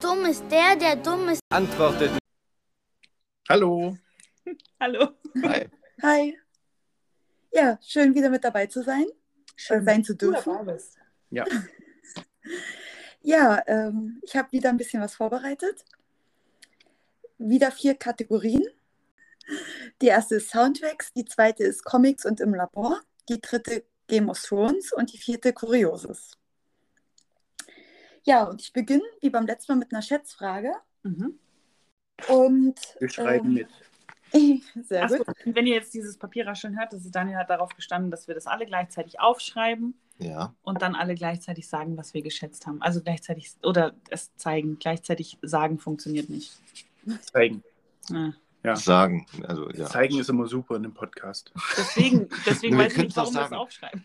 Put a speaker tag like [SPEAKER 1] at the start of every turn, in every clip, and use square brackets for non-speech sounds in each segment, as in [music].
[SPEAKER 1] Dumm ist der, der dumm ist.
[SPEAKER 2] Antwortet.
[SPEAKER 3] Hallo.
[SPEAKER 4] Hallo.
[SPEAKER 3] Hi.
[SPEAKER 5] Hi. Ja, schön wieder mit dabei zu sein. Schön sein zu
[SPEAKER 4] dass
[SPEAKER 5] dürfen.
[SPEAKER 4] bist.
[SPEAKER 3] Ja.
[SPEAKER 5] Ja, ähm, ich habe wieder ein bisschen was vorbereitet. Wieder vier Kategorien. Die erste ist Soundtracks, die zweite ist Comics und im Labor, die dritte Game of Thrones und die vierte Kurioses. Ja, und ich beginne wie beim letzten Mal mit einer Schätzfrage.
[SPEAKER 4] Mhm.
[SPEAKER 5] Und
[SPEAKER 4] Äh.
[SPEAKER 3] Wir schreiben
[SPEAKER 5] ähm,
[SPEAKER 3] mit.
[SPEAKER 5] [laughs] Sehr
[SPEAKER 4] Achso,
[SPEAKER 5] gut.
[SPEAKER 4] und wenn ihr jetzt dieses Papierer schon hört, das ist Daniel hat darauf gestanden, dass wir das alle gleichzeitig aufschreiben
[SPEAKER 2] Ja.
[SPEAKER 4] und dann alle gleichzeitig sagen, was wir geschätzt haben. Also gleichzeitig oder es zeigen. Gleichzeitig sagen funktioniert nicht. Ah.
[SPEAKER 3] Zeigen.
[SPEAKER 4] Ja.
[SPEAKER 3] Ja.
[SPEAKER 2] Sagen. Also, ja.
[SPEAKER 3] Zeigen ist immer super in einem Podcast.
[SPEAKER 4] Deswegen, deswegen
[SPEAKER 2] Wir
[SPEAKER 4] weiß ich nicht,
[SPEAKER 2] können's
[SPEAKER 4] warum
[SPEAKER 2] doch
[SPEAKER 4] wir es
[SPEAKER 2] sagen.
[SPEAKER 4] aufschreiben.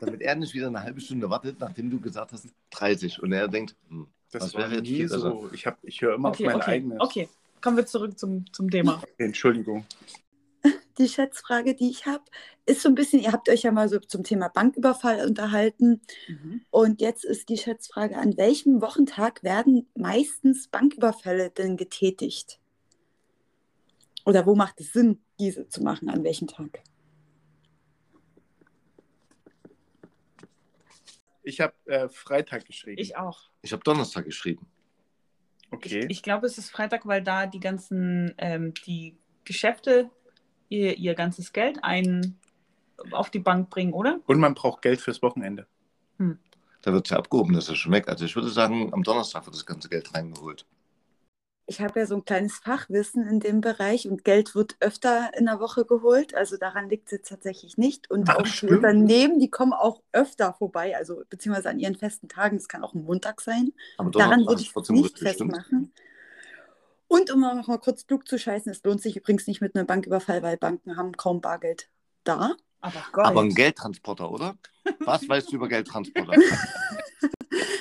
[SPEAKER 2] Damit er nicht wieder eine halbe Stunde wartet, nachdem du gesagt hast, 30. Und er denkt, hm,
[SPEAKER 3] Das
[SPEAKER 2] Was
[SPEAKER 3] war
[SPEAKER 2] wäre jetzt
[SPEAKER 3] nie
[SPEAKER 2] viel
[SPEAKER 3] so. Ich, hab, ich höre immer
[SPEAKER 4] Okay,
[SPEAKER 3] auf mein
[SPEAKER 4] okay,
[SPEAKER 3] eigenes.
[SPEAKER 4] okay. Kommen wir zurück zum, zum Thema.
[SPEAKER 3] Entschuldigung.
[SPEAKER 5] die Schätzfrage, die ich habe, ist so ein bisschen, ihr habt euch ja mal so zum Thema Banküberfall unterhalten.
[SPEAKER 4] Mhm.
[SPEAKER 5] Und jetzt ist die Schätzfrage, an welchem Wochentag werden meistens Banküberfälle denn getätigt? Oder wo macht es Sinn, diese zu machen? An welchem Tag?
[SPEAKER 3] Ich habe äh, Freitag geschrieben.
[SPEAKER 4] Ich auch.
[SPEAKER 2] ich habe Donnerstag geschrieben.
[SPEAKER 3] okay.
[SPEAKER 4] Ich glaube, es ist Freitag, weil da die ganzen ähm, die Geschäfte ihr, ihr ganzes Geld ein auf die Bank bringen, oder?
[SPEAKER 3] Und man braucht Geld fürs Wochenende.
[SPEAKER 2] Da wird ja abgehoben, das ist schon weg. Also ich würde sagen, am Donnerstag wird das ganze Geld reingeholt.
[SPEAKER 5] Ich habe ja so ein kleines Fachwissen in dem Bereich und Geld wird öfter in der Woche geholt. Also daran liegt es jetzt tatsächlich nicht. Und
[SPEAKER 3] Ach,
[SPEAKER 5] auch die
[SPEAKER 3] stimmt.
[SPEAKER 5] Unternehmen, die kommen auch öfter vorbei, also beziehungsweise an ihren festen Tagen. Es kann auch ein Montag sein.
[SPEAKER 2] Aber
[SPEAKER 5] Daran
[SPEAKER 2] Donnerstag
[SPEAKER 5] würde
[SPEAKER 2] ist
[SPEAKER 5] ich es
[SPEAKER 2] trotzdem
[SPEAKER 5] nicht
[SPEAKER 2] richtig, stimmt?
[SPEAKER 5] festmachen. Und um noch mal kurz klug zu scheißen, es lohnt sich übrigens nicht mit einem Banküberfall, weil Banken haben kaum Bargeld da.
[SPEAKER 4] Aber
[SPEAKER 2] Aber ein Geldtransporter, oder?
[SPEAKER 5] [laughs]
[SPEAKER 2] Was weißt du über Geldtransporter?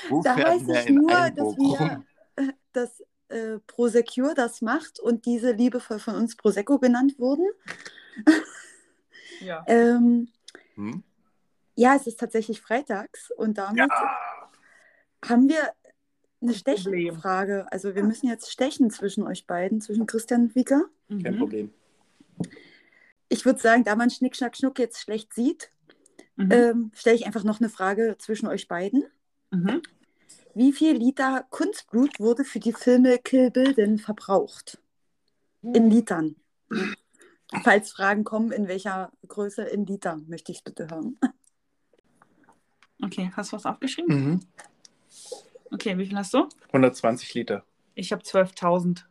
[SPEAKER 2] Wo
[SPEAKER 5] Da
[SPEAKER 2] fährt
[SPEAKER 5] weiß
[SPEAKER 2] der
[SPEAKER 5] ich
[SPEAKER 2] in
[SPEAKER 5] nur, dass
[SPEAKER 2] Eilenburg
[SPEAKER 5] wir, äh, dass äh, Prosecure das macht und diese liebevoll von uns Prosecco genannt wurden.
[SPEAKER 4] Ja.
[SPEAKER 5] Ähm,
[SPEAKER 2] rum? Hm?
[SPEAKER 5] ja, es ist tatsächlich freitags und damit haben wir eine
[SPEAKER 4] Problem.
[SPEAKER 5] Stechenfrage. Also wir müssen jetzt stechen zwischen euch beiden, zwischen Christian und Vika.
[SPEAKER 3] Kein
[SPEAKER 4] Mhm.
[SPEAKER 3] Problem.
[SPEAKER 5] Ich würde sagen, da man Schnick, Schnack, Schnuck jetzt schlecht sieht,
[SPEAKER 4] Mhm.
[SPEAKER 5] ähm, stelle ich einfach noch eine Frage zwischen euch beiden.
[SPEAKER 4] Mhm.
[SPEAKER 5] Wie viel Liter Kunstblut wurde für die Filme Kill Bill denn verbraucht? In Litern. Falls Fragen kommen, in welcher Größe in Litern, möchte ich bitte hören.
[SPEAKER 4] Okay, hast du was aufgeschrieben?
[SPEAKER 3] Mhm.
[SPEAKER 4] Okay, wie viel hast du?
[SPEAKER 3] 120 Liter.
[SPEAKER 4] Ich habe 12.000.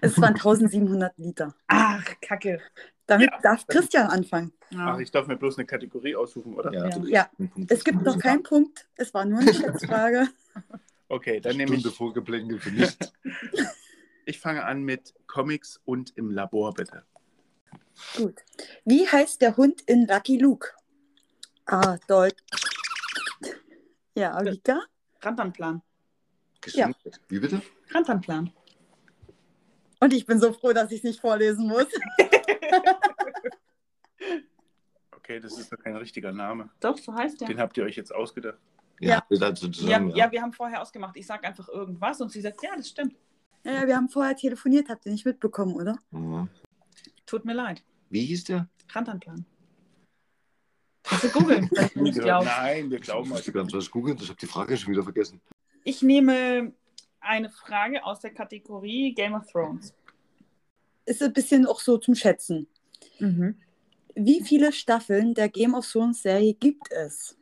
[SPEAKER 5] Es waren 1700 Liter.
[SPEAKER 4] Ach, Kacke.
[SPEAKER 5] Damit darf Christian anfangen.
[SPEAKER 4] Ja.
[SPEAKER 3] Ach, ich darf mir bloß eine Kategorie aussuchen, oder?
[SPEAKER 2] Ja.
[SPEAKER 4] Ja.
[SPEAKER 5] Ja, es gibt noch keinen Punkt. Es war nur eine Schätzfrage.
[SPEAKER 3] Okay, dann nehme
[SPEAKER 2] Stunde
[SPEAKER 3] ich.
[SPEAKER 2] vorgeplänkel für nichts.
[SPEAKER 3] Ich fange an mit Comics und im Labor, bitte.
[SPEAKER 5] Gut. Wie heißt der Hund in Lucky Luke? Ah, Dolch. Ja, Vika?
[SPEAKER 4] Rantanplan.
[SPEAKER 2] Geschenkt. Wie bitte?
[SPEAKER 4] Rantanplan.
[SPEAKER 5] Und ich bin so froh, dass ich es nicht vorlesen muss.
[SPEAKER 3] Okay, das ist doch kein richtiger Name.
[SPEAKER 4] Doch, so heißt der.
[SPEAKER 3] Den habt ihr euch jetzt ausgedacht.
[SPEAKER 2] Ja, Also
[SPEAKER 4] Ja,
[SPEAKER 2] zusammen,
[SPEAKER 4] ja, wir haben vorher ausgemacht. Ich sage einfach irgendwas und sie sagt, ja, das stimmt.
[SPEAKER 5] Ja, wir haben vorher telefoniert, habt ihr nicht mitbekommen, oder?
[SPEAKER 2] Mhm.
[SPEAKER 4] Tut mir leid.
[SPEAKER 2] Wie hieß der?
[SPEAKER 4] Rantanplan. Also googeln, wenn
[SPEAKER 3] [laughs]
[SPEAKER 4] du
[SPEAKER 3] Nie
[SPEAKER 4] nicht
[SPEAKER 3] gehört.
[SPEAKER 4] glaubst.
[SPEAKER 3] Nein, wir glauben
[SPEAKER 2] ich
[SPEAKER 3] euch.
[SPEAKER 2] musste ganz was googeln, ich habe die Frage schon wieder vergessen.
[SPEAKER 4] Ich nehme eine Frage aus der Kategorie Game of Thrones.
[SPEAKER 5] Ist ein bisschen auch so zum Schätzen.
[SPEAKER 4] Mhm.
[SPEAKER 5] Wie viele Staffeln der Game of Thrones Serie gibt es?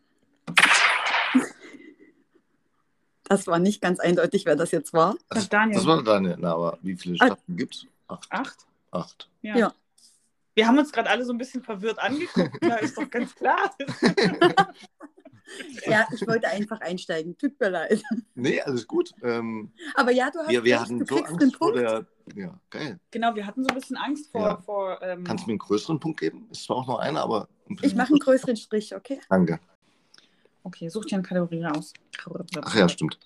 [SPEAKER 5] Das war nicht ganz eindeutig, wer das jetzt war.
[SPEAKER 4] Das Daniel.
[SPEAKER 2] Also, Das war deine, na, aber wie viele
[SPEAKER 5] Ah.
[SPEAKER 2] Staffeln gibt es? Acht.
[SPEAKER 4] Acht?
[SPEAKER 2] Acht.
[SPEAKER 4] Ja.
[SPEAKER 5] Ja.
[SPEAKER 4] Wir haben uns gerade alle so ein bisschen verwirrt angeguckt. Da ist doch ganz klar.
[SPEAKER 5] Ja, ich wollte einfach einsteigen. Tut mir leid.
[SPEAKER 2] Nee, alles gut. Ähm,
[SPEAKER 5] Aber ja, du hast
[SPEAKER 2] wir, wir
[SPEAKER 5] recht,
[SPEAKER 2] hatten
[SPEAKER 5] du
[SPEAKER 2] so
[SPEAKER 5] kriegst
[SPEAKER 2] Angst
[SPEAKER 5] den
[SPEAKER 2] vor
[SPEAKER 5] Punkt.
[SPEAKER 2] der. Ja, geil.
[SPEAKER 4] genau, wir hatten so ein bisschen Angst vor.
[SPEAKER 2] Ja.
[SPEAKER 4] vor ähm,
[SPEAKER 2] Kannst du mir einen größeren Punkt geben? Ist zwar auch nur einer, aber.
[SPEAKER 5] Ich mache einen größeren Strich, okay?
[SPEAKER 2] Danke.
[SPEAKER 4] okay, such dir eine Kategorie raus.
[SPEAKER 2] Ach ja, stimmt.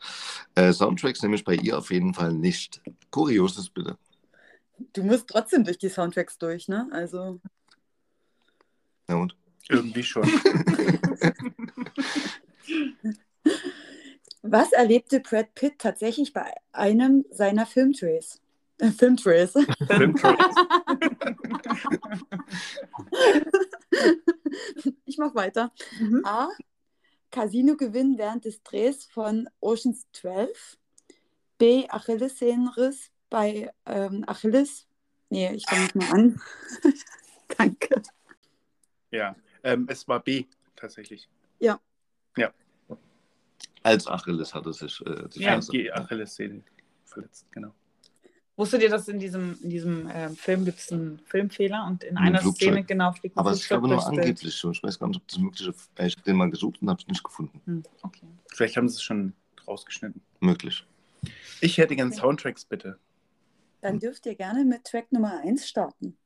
[SPEAKER 2] Äh, Soundtracks nehme ich bei ihr auf jeden Fall nicht. Kurioses bitte.
[SPEAKER 5] Du musst trotzdem durch die Soundtracks durch, ne? Also,
[SPEAKER 2] Ja, und?
[SPEAKER 4] [laughs]
[SPEAKER 3] Irgendwie schon.
[SPEAKER 5] Was erlebte Brad Pitt tatsächlich bei einem seiner Filmdrehs? Äh, Filmdrehs. [laughs] ich mach weiter.
[SPEAKER 4] Mhm.
[SPEAKER 5] A. Casino-Gewinn während des Drehs von Oceans 12. B. Achillessehnenriss bei ähm, Achilles. Nee, ich fange mal an. Danke.
[SPEAKER 3] ja, ähm, es war B tatsächlich.
[SPEAKER 2] Als Achilles hatte sich äh, die
[SPEAKER 3] Ja,
[SPEAKER 2] Ferse.
[SPEAKER 3] die Achillessehne verletzt, genau.
[SPEAKER 4] Wusstet ihr, dass in diesem, in diesem ähm, Film gibt es einen Filmfehler und in
[SPEAKER 2] Ein
[SPEAKER 4] einer
[SPEAKER 2] Flugzeug.
[SPEAKER 4] Szene genau fliegt ein
[SPEAKER 2] Aber es
[SPEAKER 4] Flugzeug
[SPEAKER 2] glaube nur
[SPEAKER 4] durchs Bild.
[SPEAKER 2] angeblich so. Ich weiß gar nicht, ob das möglich ist. Ich habe den mal gesucht und habe es nicht gefunden.
[SPEAKER 4] Hm, okay.
[SPEAKER 3] Vielleicht haben sie es schon rausgeschnitten.
[SPEAKER 2] Möglich.
[SPEAKER 3] Ich hätte gern Soundtracks, bitte.
[SPEAKER 5] Dann dürft ihr gerne mit Track Nummer 1 starten.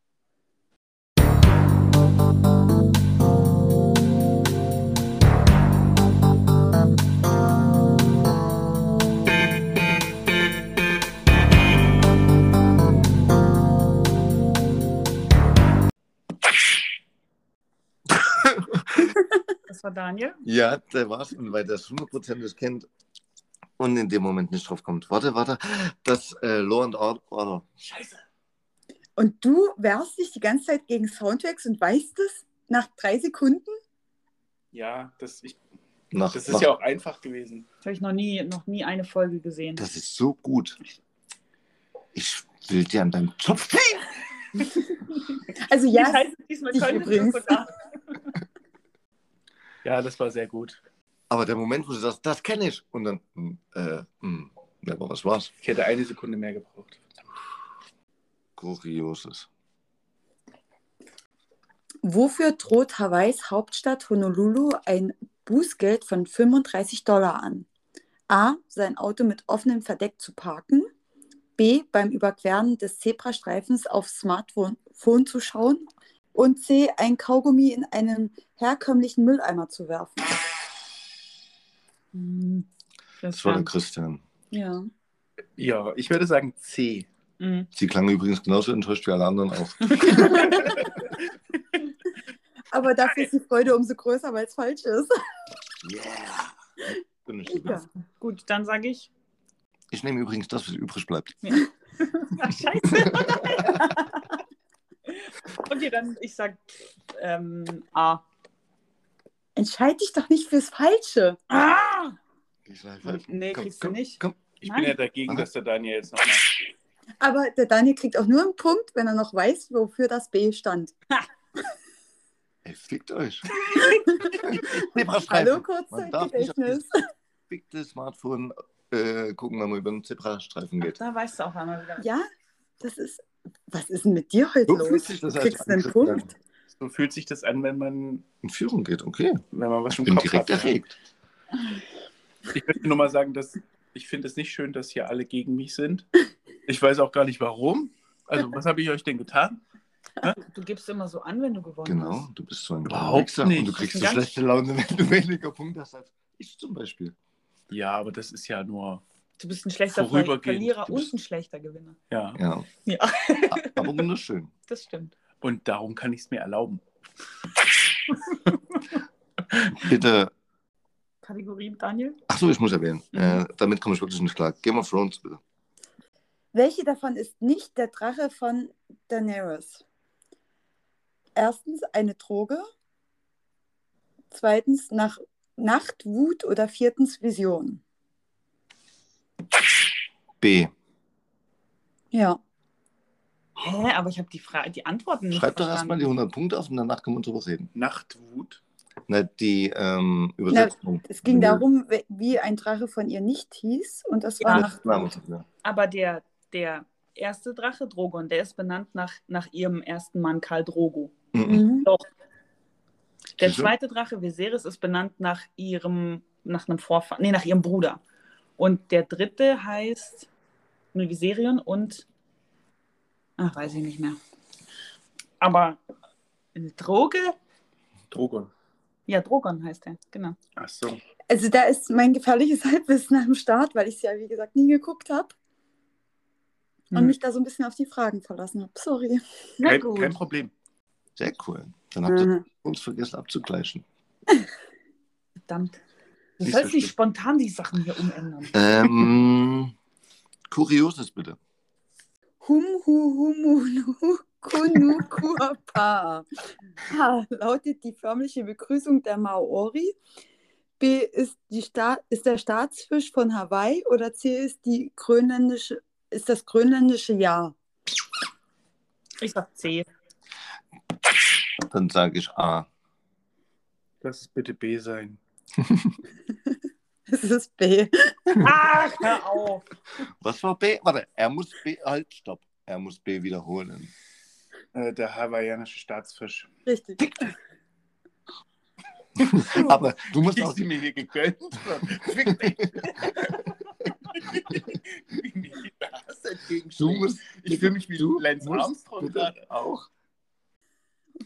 [SPEAKER 4] Das war Daniel.
[SPEAKER 2] Ja, der war es, weil der 100% das kennt und in dem Moment nicht drauf kommt. Warte, warte. Das äh, Law and Order.
[SPEAKER 5] Und du wehrst dich die ganze Zeit gegen Soundtracks und weißt es nach drei Sekunden?
[SPEAKER 3] Ja, das, ich,
[SPEAKER 2] Nach,
[SPEAKER 3] das
[SPEAKER 2] nach,
[SPEAKER 3] ist ja auch einfach gewesen.
[SPEAKER 4] Das habe ich noch nie, noch nie eine Folge gesehen.
[SPEAKER 2] das ist so gut. Ich will dir an deinem Topf.
[SPEAKER 5] Also
[SPEAKER 4] Wie
[SPEAKER 5] ja,
[SPEAKER 4] heißt es diesmal
[SPEAKER 5] ich
[SPEAKER 4] Köln ist
[SPEAKER 5] übrigens.
[SPEAKER 4] Krokodil?
[SPEAKER 3] Ja, das war sehr gut.
[SPEAKER 2] Aber der Moment, wo du sagst, das kenne ich. Und dann, hm, äh, hm, ja, aber was war's?
[SPEAKER 3] Ich hätte eine Sekunde mehr gebraucht.
[SPEAKER 2] Kurioses.
[SPEAKER 5] wofür droht Hawaiis Hauptstadt Honolulu ein Bußgeld von 35 Dollar an? A. Sein Auto mit offenem Verdeck zu parken. B. Beim Überqueren des Zebrastreifens auf Smartphone Phone zu schauen. Und C. Ein Kaugummi in einen herkömmlichen Mülleimer zu werfen.
[SPEAKER 4] Hm,
[SPEAKER 2] Das war der
[SPEAKER 4] Christian.
[SPEAKER 2] Christian.
[SPEAKER 5] Ja.
[SPEAKER 3] Ja, ich würde sagen C.
[SPEAKER 4] Hm.
[SPEAKER 2] Sie klang übrigens genauso enttäuscht wie alle anderen auch.
[SPEAKER 5] Aber dafür ist die Freude umso größer, weil es falsch ist.
[SPEAKER 2] Yeah. Bin ich,
[SPEAKER 5] Ja.
[SPEAKER 4] Gut, dann sage ich.
[SPEAKER 2] ich nehme übrigens das, was übrig bleibt.
[SPEAKER 4] Ach, scheiße. [laughs] okay, dann ich sag ähm, A.
[SPEAKER 5] Entscheid dich doch nicht fürs Falsche.
[SPEAKER 4] Ah!
[SPEAKER 2] Ich sag, halt,
[SPEAKER 4] Nee, kriegst du nicht.
[SPEAKER 2] Komm.
[SPEAKER 3] Ich
[SPEAKER 4] Nein.
[SPEAKER 3] bin ja dagegen, dass der Daniel jetzt nochmal.
[SPEAKER 5] Aber der Daniel kriegt auch nur einen Punkt, wenn er noch weiß, wofür das B stand.
[SPEAKER 2] Ey, fickt euch.
[SPEAKER 5] Hallo,
[SPEAKER 2] Zebrastreifen. Man darf nicht auf
[SPEAKER 5] Kurzzeitgedächtnis.
[SPEAKER 2] dieses fickte Smartphone äh, gucken, wenn man über den Zebrastreifen
[SPEAKER 4] Ach,
[SPEAKER 2] geht.
[SPEAKER 4] da weißt du auch einmal wieder.
[SPEAKER 5] Ja, das ist. Was ist denn mit dir heute
[SPEAKER 2] So fühlt
[SPEAKER 5] los?
[SPEAKER 2] sich
[SPEAKER 5] Du
[SPEAKER 2] das als
[SPEAKER 5] kriegst einen
[SPEAKER 2] Angriff
[SPEAKER 5] Punkt.
[SPEAKER 3] So fühlt sich das an, wenn man,
[SPEAKER 2] In Führung geht, okay.
[SPEAKER 3] wenn man was
[SPEAKER 2] Ich
[SPEAKER 3] im
[SPEAKER 2] bin
[SPEAKER 3] Kopf
[SPEAKER 2] direkt
[SPEAKER 3] hat.
[SPEAKER 2] erregt.
[SPEAKER 3] Ich möchte nur mal sagen, dass ich finde es nicht schön, dass hier alle gegen mich sind. Ich weiß auch gar nicht warum. Also, was habe ich euch denn getan?
[SPEAKER 4] Du gibst immer so an, wenn du gewonnen
[SPEAKER 2] Genau,
[SPEAKER 4] hast.
[SPEAKER 2] du bist so ein
[SPEAKER 3] Überhaupt
[SPEAKER 2] Wichser
[SPEAKER 3] nicht.
[SPEAKER 2] und du
[SPEAKER 3] Das
[SPEAKER 2] kriegst
[SPEAKER 4] ist
[SPEAKER 2] so
[SPEAKER 4] ein ganz-
[SPEAKER 2] schlechte Laune, wenn du weniger Punkte hast als ich zum Beispiel.
[SPEAKER 3] Ja, aber das ist ja nur.
[SPEAKER 4] Du bist ein schlechter
[SPEAKER 3] Vorübergehend.
[SPEAKER 4] Verlierer
[SPEAKER 2] Du bist-
[SPEAKER 4] und ein schlechter Gewinner.
[SPEAKER 3] Ja.
[SPEAKER 2] Ja.
[SPEAKER 4] Ja.
[SPEAKER 2] Aber wunderschön.
[SPEAKER 4] Das stimmt.
[SPEAKER 3] Und darum kann ich es mir erlauben.
[SPEAKER 2] Bitte,
[SPEAKER 4] Kategorie Daniel?
[SPEAKER 2] achso, ich muss erwähnen,
[SPEAKER 4] Mhm.
[SPEAKER 2] äh, damit komme ich wirklich nicht klar. Game of Thrones, bitte.
[SPEAKER 5] Welche davon ist nicht der Drache von Daenerys? Erstens eine Droge. Zweitens nach Nachtwut oder viertens Vision.
[SPEAKER 2] B.
[SPEAKER 5] Ja.
[SPEAKER 4] Hä, aber ich habe die, Fra- die Antworten nicht
[SPEAKER 2] Schreib doch
[SPEAKER 4] verstanden.
[SPEAKER 2] erstmal die 100 Punkte auf und danach können wir drüber reden.
[SPEAKER 3] Nachtwut.
[SPEAKER 2] Na, die ähm, Übersetzung.
[SPEAKER 5] Es ging
[SPEAKER 2] Nö.
[SPEAKER 5] darum, we- wie ein Drache von ihr nicht hieß und das war
[SPEAKER 4] Ja.
[SPEAKER 5] nach
[SPEAKER 2] Name. Ja.
[SPEAKER 4] Aber der, der erste Drache, Drogon, der ist benannt nach, nach ihrem ersten Mann, Karl Drogo.
[SPEAKER 2] Mhm.
[SPEAKER 5] Mhm.
[SPEAKER 4] Der
[SPEAKER 2] Siehste?
[SPEAKER 4] zweite Drache, Viserys, ist benannt nach ihrem, nach einem Vorfahren, nee, nach ihrem Bruder. Und der dritte heißt nur Viserion und, ach, weiß ich nicht mehr. Aber eine Droge?
[SPEAKER 3] Drogon.
[SPEAKER 4] Ja, Drogon heißt er, genau.
[SPEAKER 3] Ach so.
[SPEAKER 5] Also da ist mein gefährliches [laughs] Halbwissen am Start, weil ich es ja, wie gesagt, nie geguckt habe und
[SPEAKER 3] Mhm.
[SPEAKER 2] Mhm.
[SPEAKER 4] Hm.
[SPEAKER 5] mich da so ein bisschen auf die Fragen verlassen habe. Sorry.
[SPEAKER 4] Na
[SPEAKER 3] Kein,
[SPEAKER 4] gut.
[SPEAKER 3] kein Problem.
[SPEAKER 5] Mhm. Äh,
[SPEAKER 2] Sehr cool. Dann habt ihr uns vergessen abzugleichen.
[SPEAKER 4] Verdammt. Du
[SPEAKER 3] Nicht
[SPEAKER 4] sollst
[SPEAKER 3] so
[SPEAKER 4] nicht
[SPEAKER 3] schlimm.
[SPEAKER 4] spontan die Sachen hier umändern.
[SPEAKER 2] Ähm, [laughs] Kurioses bitte.
[SPEAKER 5] Hum, hu, humunu, kunu, kuapa. A lautet die förmliche Begrüßung der Maori. B ist, die Sta ist der Staatsfisch von Hawaii oder C ist, die grönländische, ist das grönländische [laughs] Jahr.
[SPEAKER 4] Ich sag
[SPEAKER 3] [laughs]
[SPEAKER 4] C.
[SPEAKER 2] Dann sage ich A.
[SPEAKER 3] Lass es bitte B sein.
[SPEAKER 5] Es ist B.
[SPEAKER 4] Ach, hör auf.
[SPEAKER 2] Was war B? Warte, er muss B. Halt, stopp. Er muss B [laughs] wiederholen.
[SPEAKER 3] Äh, der hawaiianische Staatsfisch.
[SPEAKER 5] Richtig.
[SPEAKER 2] Aber du musst auch
[SPEAKER 3] Ich sie
[SPEAKER 2] die.
[SPEAKER 3] mir hier gegönnt. Fick dich. Wie mir die Nase
[SPEAKER 2] [laughs] Du
[SPEAKER 3] entgegenschlägt.
[SPEAKER 2] musst.
[SPEAKER 3] Ich fühle mich wie
[SPEAKER 2] du
[SPEAKER 3] Lance
[SPEAKER 2] musst
[SPEAKER 3] Armstrong
[SPEAKER 2] bitte
[SPEAKER 3] gerade.
[SPEAKER 2] Auch.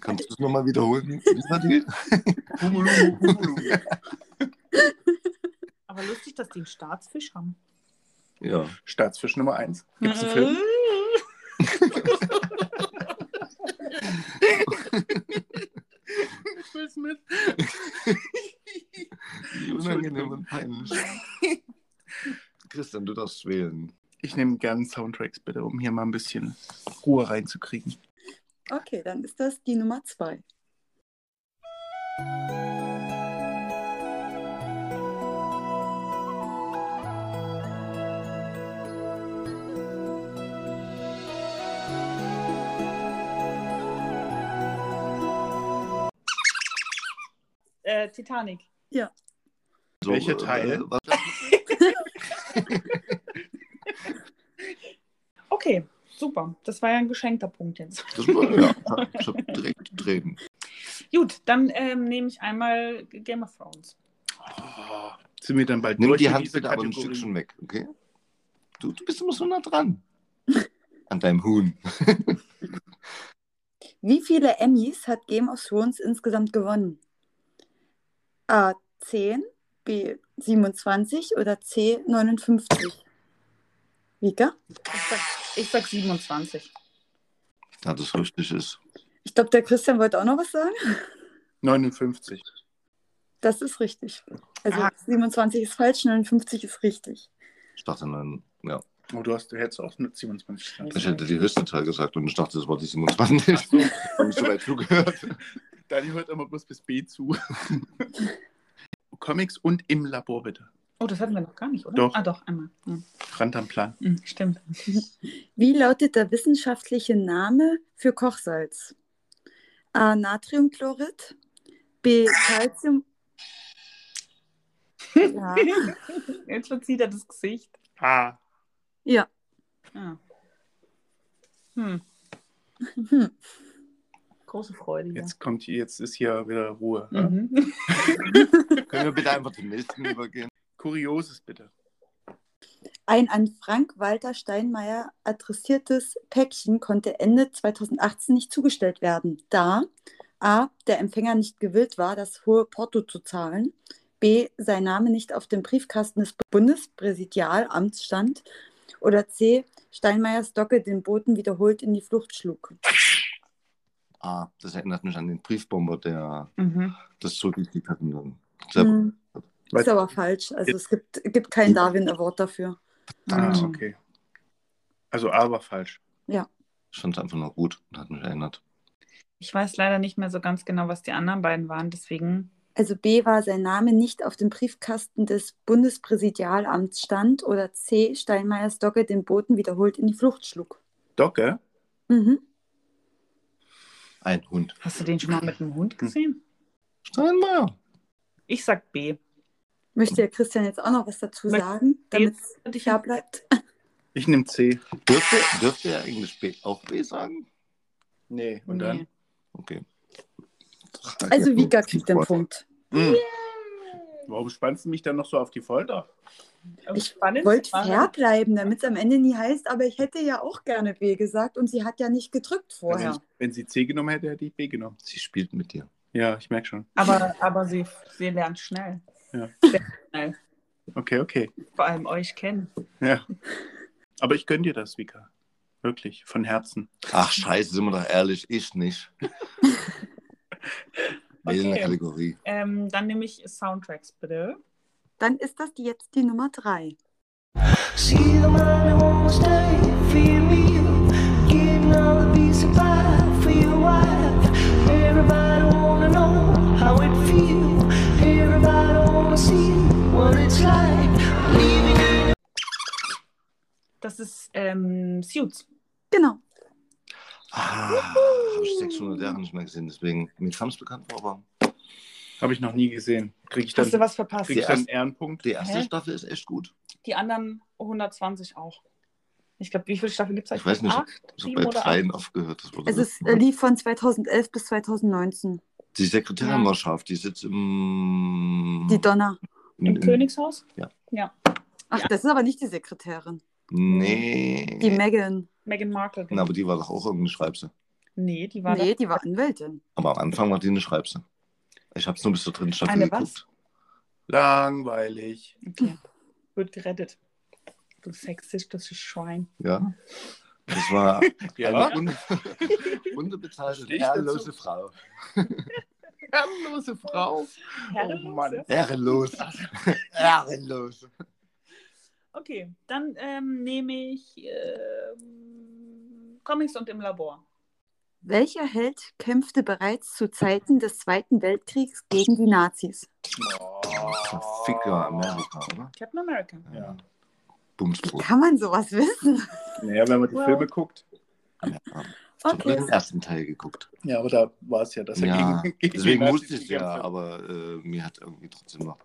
[SPEAKER 2] Kannst du es nochmal wiederholen? Wie war die?
[SPEAKER 3] Humulu, humulu.
[SPEAKER 4] Aber lustig, dass die einen Staatsfisch haben.
[SPEAKER 2] ja.
[SPEAKER 3] [laughs] Staatsfisch Nummer 1. Gibt es einen Film?
[SPEAKER 5] Äh,
[SPEAKER 3] Mit Will Smith.
[SPEAKER 2] Unangenehm und peinlich. Christian, du darfst wählen.
[SPEAKER 3] Ich nehme gerne Soundtracks bitte, um hier mal ein bisschen Ruhe reinzukriegen.
[SPEAKER 5] Äh, Okay, dann ist das die Nummer zwei.
[SPEAKER 4] Äh, Titanic.
[SPEAKER 2] So,
[SPEAKER 3] Welcher Teil?
[SPEAKER 2] Äh, warte.
[SPEAKER 4] Okay, super. Das war ja ein geschenkter Punkt jetzt. [laughs]
[SPEAKER 2] das war, ja, ich hab direkt Tränen.
[SPEAKER 4] Gut, dann ähm, nehme ich einmal Game of Thrones.
[SPEAKER 3] Oh, sind wir dann bald
[SPEAKER 2] Nimm
[SPEAKER 3] durch
[SPEAKER 2] die
[SPEAKER 3] mit
[SPEAKER 2] Hand
[SPEAKER 3] dieser
[SPEAKER 2] bitte aber ein
[SPEAKER 3] Kategorie?
[SPEAKER 2] Stückchen weg, okay? Du, du bist immer so nah dran. An deinem Huhn.
[SPEAKER 5] Wie viele Emmys hat Game of Thrones insgesamt gewonnen? A 10, B 27 oder C 59? Vika?
[SPEAKER 4] Ich sag, ich sag 27.
[SPEAKER 2] Ja, das richtig ist.
[SPEAKER 5] Ich glaube, der Christian wollte auch noch was sagen.
[SPEAKER 3] 59.
[SPEAKER 5] Das ist richtig. Also
[SPEAKER 4] Ah.
[SPEAKER 5] 27 ist falsch, 59 ist richtig.
[SPEAKER 2] Ich dachte, nein, ja.
[SPEAKER 3] Oh, du, hast, du hättest auch mit 27 gesagt.
[SPEAKER 2] Ich hätte die höchste Teil gesagt und ich dachte, das war die 27.
[SPEAKER 3] Ach so,
[SPEAKER 2] [laughs] Hab nicht so weit zugehört.
[SPEAKER 3] [laughs] Dani hört immer bloß bis B zu. Comics und im Labor bitte.
[SPEAKER 4] Oh, das hatten wir noch gar nicht, oder?
[SPEAKER 3] Doch.
[SPEAKER 4] Ah, doch, einmal. Ja.
[SPEAKER 3] Rand am Plan.
[SPEAKER 4] Mhm,
[SPEAKER 3] [laughs]
[SPEAKER 4] stimmt.
[SPEAKER 5] Wie lautet der wissenschaftliche Name für Kochsalz? A Natriumchlorid, B Calcium. Ja.
[SPEAKER 4] Jetzt verzieht er das Gesicht.
[SPEAKER 3] Ah.
[SPEAKER 5] ja.
[SPEAKER 4] Ah. Hm,
[SPEAKER 5] Hm.
[SPEAKER 4] große Freude. hier.
[SPEAKER 3] Jetzt kommt hier, jetzt ist hier wieder Ruhe. Ja.
[SPEAKER 4] Mhm.
[SPEAKER 2] Können wir bitte einfach zum nächsten übergehen?
[SPEAKER 3] Kurioses bitte.
[SPEAKER 5] Ein an Frank-Walter Steinmeier adressiertes Päckchen konnte Ende 2018 nicht zugestellt werden, da a. der Empfänger nicht gewillt war, das hohe Porto zu zahlen, b. sein Name nicht auf dem Briefkasten des Bundespräsidialamts stand oder c. Steinmeiers Docke den Boten wiederholt in die Flucht schlug.
[SPEAKER 2] Ah, das erinnert mich an den Briefbomber, der
[SPEAKER 4] Mhm.
[SPEAKER 2] das zurückgekriegt hat. und dann-
[SPEAKER 5] Hm,
[SPEAKER 3] Weil-
[SPEAKER 5] ist aber falsch. Also es gibt, gibt keinen Darwin Award dafür.
[SPEAKER 3] Ah,
[SPEAKER 4] Mhm.
[SPEAKER 3] okay. Also A war falsch.
[SPEAKER 2] Ich fand es einfach nur gut und hat mich erinnert.
[SPEAKER 4] Ich weiß leider nicht mehr so ganz genau, was die anderen beiden waren, deswegen.
[SPEAKER 5] Also B war sein Name nicht auf dem Briefkasten des Bundespräsidialamts stand oder C Steinmeiers Docke den Boten wiederholt in die Flucht schlug.
[SPEAKER 3] Docke?
[SPEAKER 5] Mhm.
[SPEAKER 2] Ein Hund.
[SPEAKER 4] Hast du den schon mal mit dem Hund gesehen?
[SPEAKER 2] Steinmeier.
[SPEAKER 4] Ich sag B.
[SPEAKER 5] Möchte der Christian jetzt auch noch was dazu
[SPEAKER 4] Möcht-
[SPEAKER 5] sagen, damit es
[SPEAKER 4] Jetzt-
[SPEAKER 5] klar bleibt?
[SPEAKER 4] [laughs]
[SPEAKER 3] Ich nehme C.
[SPEAKER 2] Dürfte, dürfte er eigentlich B, auch B sagen?
[SPEAKER 3] Nee. Und
[SPEAKER 4] Nee.
[SPEAKER 3] dann?
[SPEAKER 2] Okay.
[SPEAKER 5] Also Vika kriegt den Punkt.
[SPEAKER 3] Mhm. Warum spannst du mich dann noch so auf die Folter?
[SPEAKER 4] Aber
[SPEAKER 5] Ich
[SPEAKER 4] spannend
[SPEAKER 5] Wollt
[SPEAKER 4] war-
[SPEAKER 5] fair bleiben, damit es am Ende nie heißt, aber ich hätte ja auch gerne B gesagt und sie hat ja nicht gedrückt
[SPEAKER 3] Wenn, ich,
[SPEAKER 4] Genau.
[SPEAKER 5] vorher.
[SPEAKER 3] wenn sie C genommen hätte, hätte ich B genommen.
[SPEAKER 2] Sie spielt mit dir.
[SPEAKER 3] Ja, ich merke schon.
[SPEAKER 4] Aber, aber sie, sie lernt schnell.
[SPEAKER 3] Ja.
[SPEAKER 4] Sehr schnell.
[SPEAKER 3] Okay, okay.
[SPEAKER 4] Vor allem euch kennen. [laughs]
[SPEAKER 3] Ja. Aber ich gönne dir das, Vika. Wirklich, von Herzen.
[SPEAKER 2] Ach, scheiße, sind wir doch ehrlich.
[SPEAKER 5] [laughs]
[SPEAKER 2] Ich nicht. Wähle eine
[SPEAKER 4] Okay.
[SPEAKER 2] Kategorie.
[SPEAKER 4] Ähm, dann nehme ich Soundtracks bitte.
[SPEAKER 5] Dann ist das die- jetzt die Nummer drei.
[SPEAKER 6] See the money won't stay for your meal. Get another piece of pie for your wife. Everybody wanna know how it feels. Everybody wanna see what it's like. Leaving in
[SPEAKER 4] Das ist ähm, Suits.
[SPEAKER 5] Genau.
[SPEAKER 2] Ah, habe ich 600 Jahre nicht mehr gesehen, deswegen, mir kam es bekannt vor, aber
[SPEAKER 3] Habe ich noch nie gesehen. Kriege ich dann,
[SPEAKER 4] Hast du was verpasst?
[SPEAKER 3] krieg ich dann einen Ehrenpunkt?
[SPEAKER 2] die erste
[SPEAKER 4] Hä?
[SPEAKER 2] Staffel ist echt gut.
[SPEAKER 4] Die anderen 120 auch. Ich glaube, wie viele Staffeln gibt es
[SPEAKER 2] Ich weiß nicht,
[SPEAKER 4] Acht,
[SPEAKER 2] Ich habe
[SPEAKER 4] sieben
[SPEAKER 2] bei
[SPEAKER 4] oder acht?
[SPEAKER 2] dreien aufgehört. Das wurde
[SPEAKER 5] Es ist, äh,
[SPEAKER 2] letzte Mal.
[SPEAKER 5] lief von 2011 bis 2019.
[SPEAKER 2] die Sekretärin
[SPEAKER 4] Ja.
[SPEAKER 2] war scharf, die sitzt im...
[SPEAKER 5] Die Donna.
[SPEAKER 2] in-
[SPEAKER 4] Im
[SPEAKER 2] in-
[SPEAKER 4] Königshaus?
[SPEAKER 5] Ach, das ist aber nicht die Sekretärin.
[SPEAKER 2] Nee.
[SPEAKER 5] Die Megan.
[SPEAKER 4] Meghan Markle. genau.
[SPEAKER 2] Na, aber die war doch auch irgendeine Schreibse.
[SPEAKER 4] Nee, die war
[SPEAKER 5] Nee, die war Anwältin.
[SPEAKER 2] Aber am Anfang war die eine Schreibse. Ich habe es nur bis zur dritten Staffel
[SPEAKER 4] Eine was?
[SPEAKER 2] geguckt.
[SPEAKER 3] Langweilig.
[SPEAKER 4] da. Okay. Wird gerettet. Du sexistisches Schwein.
[SPEAKER 2] Ja. Das war
[SPEAKER 3] Ja.
[SPEAKER 2] eine un [laughs] unbezahlte,
[SPEAKER 3] Stehe ich
[SPEAKER 2] ehrlose
[SPEAKER 3] dazu?
[SPEAKER 2] Frau.
[SPEAKER 3] Herrenlose Frau.
[SPEAKER 4] Herrenlose.
[SPEAKER 3] Mann.
[SPEAKER 2] Ehrenlos. Ehrenlos.
[SPEAKER 4] Okay, dann ähm, nehme ich ähm, Comics und im Labor.
[SPEAKER 5] Welcher Held kämpfte bereits zu Zeiten des Zweiten Weltkriegs gegen die Nazis?
[SPEAKER 2] Ficker ne? Amerika, oder?
[SPEAKER 4] Captain America.
[SPEAKER 3] Ja.
[SPEAKER 5] Wie
[SPEAKER 2] Bumsbrot.
[SPEAKER 5] kann man sowas wissen?
[SPEAKER 3] Naja, wenn man die
[SPEAKER 4] Wow.
[SPEAKER 3] Filme guckt.
[SPEAKER 2] Ich habe
[SPEAKER 5] Okay.
[SPEAKER 2] den ersten Teil geguckt.
[SPEAKER 3] Ja, aber da war es ja, dass er
[SPEAKER 2] Ja,
[SPEAKER 3] gegen, gegen
[SPEAKER 2] deswegen
[SPEAKER 3] die
[SPEAKER 2] musste
[SPEAKER 3] Nazis
[SPEAKER 2] ich ja,
[SPEAKER 3] gekämpft hat.
[SPEAKER 2] aber äh, mir hat irgendwie trotzdem noch.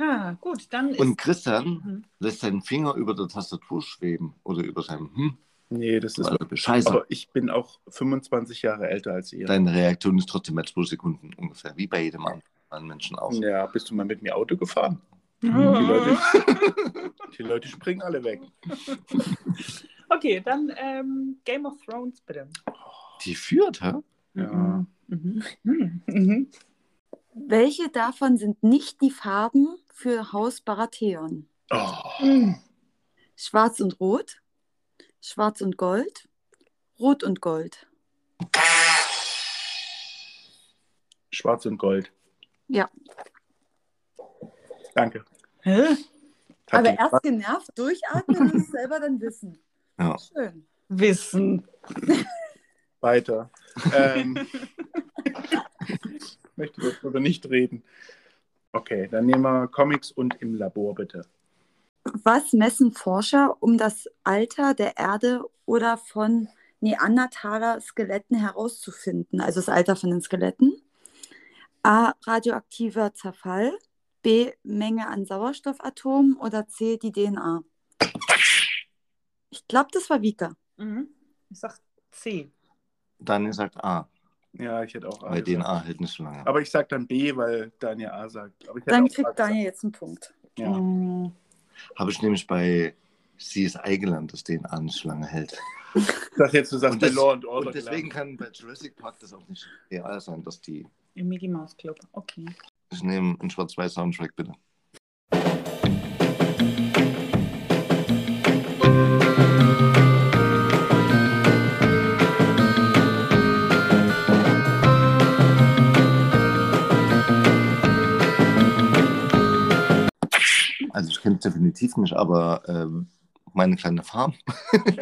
[SPEAKER 4] Ha, gut, dann ist.
[SPEAKER 2] Und Christian
[SPEAKER 4] Mhm.
[SPEAKER 2] lässt seinen Finger über der Tastatur schweben oder über seinem Hm.
[SPEAKER 3] Nee, das ist.
[SPEAKER 2] Also, Scheiße.
[SPEAKER 3] Aber ich bin auch 25 Jahre älter als ihr.
[SPEAKER 2] Deine Reaktion ist trotzdem jetzt pro Sekunden ungefähr, wie bei jedem anderen Menschen auch.
[SPEAKER 3] Ja, bist du mal mit mir Auto gefahren? Die
[SPEAKER 5] Ah.
[SPEAKER 3] Leute,
[SPEAKER 4] Mhm.
[SPEAKER 3] die Leute springen alle weg.
[SPEAKER 4] Okay, dann ähm, Game of Thrones, bitte.
[SPEAKER 2] Die führt, hä?
[SPEAKER 3] Ja.
[SPEAKER 4] Mhm. Mhm. Mhm.
[SPEAKER 5] Welche davon sind nicht die Farben für Haus Baratheon?
[SPEAKER 3] Oh.
[SPEAKER 5] Schwarz und Rot, Schwarz und Gold, Rot und Gold.
[SPEAKER 3] Schwarz und Gold.
[SPEAKER 5] Ja.
[SPEAKER 3] Danke.
[SPEAKER 4] Hä?
[SPEAKER 5] Aber
[SPEAKER 3] Hatte-
[SPEAKER 5] erst genervt durchatmen und es selber dann wissen.
[SPEAKER 2] Ja.
[SPEAKER 5] Schön.
[SPEAKER 4] Wissen.
[SPEAKER 3] [laughs] Weiter. ähm, ich möchte darüber nicht reden. Okay, dann nehmen wir Comics und im Labor bitte.
[SPEAKER 5] Was messen Forscher, um das Alter der Erde oder von Neandertaler Skeletten herauszufinden? Also das Alter von den Skeletten. A. Radioaktiver Zerfall. B. Menge an Sauerstoffatomen. Oder C. Die DNA. Ich glaube, das war Vita.
[SPEAKER 4] Mhm. Ich sag C.
[SPEAKER 2] Daniel sagt A,
[SPEAKER 3] Ja, ich hätte auch A
[SPEAKER 2] bei
[SPEAKER 3] gesagt.
[SPEAKER 2] DNA hält nicht so lange.
[SPEAKER 3] Aber ich sag dann B, weil Daniel A sagt. Aber ich hätte
[SPEAKER 5] Dann
[SPEAKER 3] auch A
[SPEAKER 5] kriegt
[SPEAKER 3] gesagt.
[SPEAKER 5] Daniel jetzt einen Punkt.
[SPEAKER 3] Ja.
[SPEAKER 4] Mhm.
[SPEAKER 2] Habe ich nämlich bei CSI gelernt, dass DNA nicht so lange hält.
[SPEAKER 3] Das jetzt du sagst
[SPEAKER 2] Und
[SPEAKER 3] bei
[SPEAKER 2] des-
[SPEAKER 3] Law and Order.
[SPEAKER 2] Und deswegen
[SPEAKER 3] gelernt.
[SPEAKER 2] kann bei Jurassic Park das auch nicht real sein, dass die.
[SPEAKER 4] Im Mickey Mouse Club. Okay. [laughs]
[SPEAKER 2] Ich nehme einen Schwarz-Weiß-Soundtrack, bitte. Also ich kenne es definitiv nicht, aber ähm, meine kleine Farm. [laughs]
[SPEAKER 4] Nein.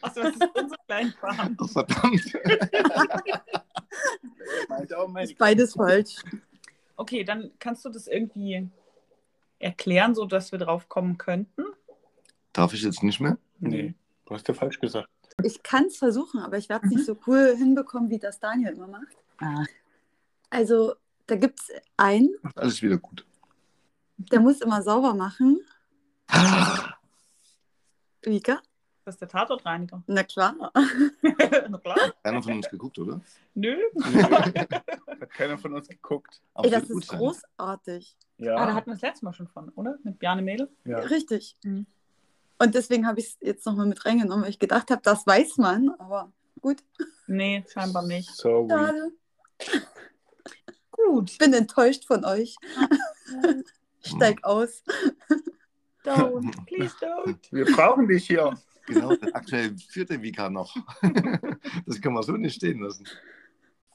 [SPEAKER 4] Achso, Also, das ist unsere kleine Farm.
[SPEAKER 2] Oh, verdammt.
[SPEAKER 3] Mein Daumen, oh mein-
[SPEAKER 5] Beides falsch.
[SPEAKER 4] Okay, dann kannst du das irgendwie erklären, sodass wir drauf kommen könnten?
[SPEAKER 2] Darf ich jetzt nicht mehr?
[SPEAKER 3] Nee, du hast ja falsch gesagt.
[SPEAKER 5] Ich kann es versuchen, aber ich werde es nicht so cool hinbekommen, wie das Daniel immer macht.
[SPEAKER 4] Ah.
[SPEAKER 5] Also, da gibt es einen,
[SPEAKER 2] Macht alles wieder gut.
[SPEAKER 5] der muss immer sauber machen. Vika?
[SPEAKER 4] Das ist der Tatortreiniger.
[SPEAKER 5] Na klar.
[SPEAKER 4] [laughs] Na klar. Ah,
[SPEAKER 2] Keiner von uns geguckt, oder?
[SPEAKER 4] Nö.
[SPEAKER 3] Hat keiner von uns geguckt.
[SPEAKER 2] Aber
[SPEAKER 5] Ey, das
[SPEAKER 2] wird gut
[SPEAKER 5] ist
[SPEAKER 2] sein.
[SPEAKER 5] großartig.
[SPEAKER 3] Ja.
[SPEAKER 4] Ah, da hatten wir das letzte Mal schon von, oder? Mit Bjarne Mädel.
[SPEAKER 3] ja.
[SPEAKER 5] Richtig.
[SPEAKER 4] Mhm.
[SPEAKER 5] Und deswegen habe ich es jetzt nochmal mit reingenommen, weil ich gedacht habe, das weiß man, aber gut,
[SPEAKER 4] Nee, scheinbar nicht.
[SPEAKER 3] So weak.
[SPEAKER 5] schade.
[SPEAKER 4] Gut.
[SPEAKER 5] Ich bin enttäuscht von [laughs] euch. Steig aus.
[SPEAKER 3] [laughs]
[SPEAKER 4] Don't. Please don't.
[SPEAKER 3] Wir brauchen dich hier.
[SPEAKER 2] Genau, der aktuell vierte Vika noch. [laughs] das können wir so nicht stehen lassen.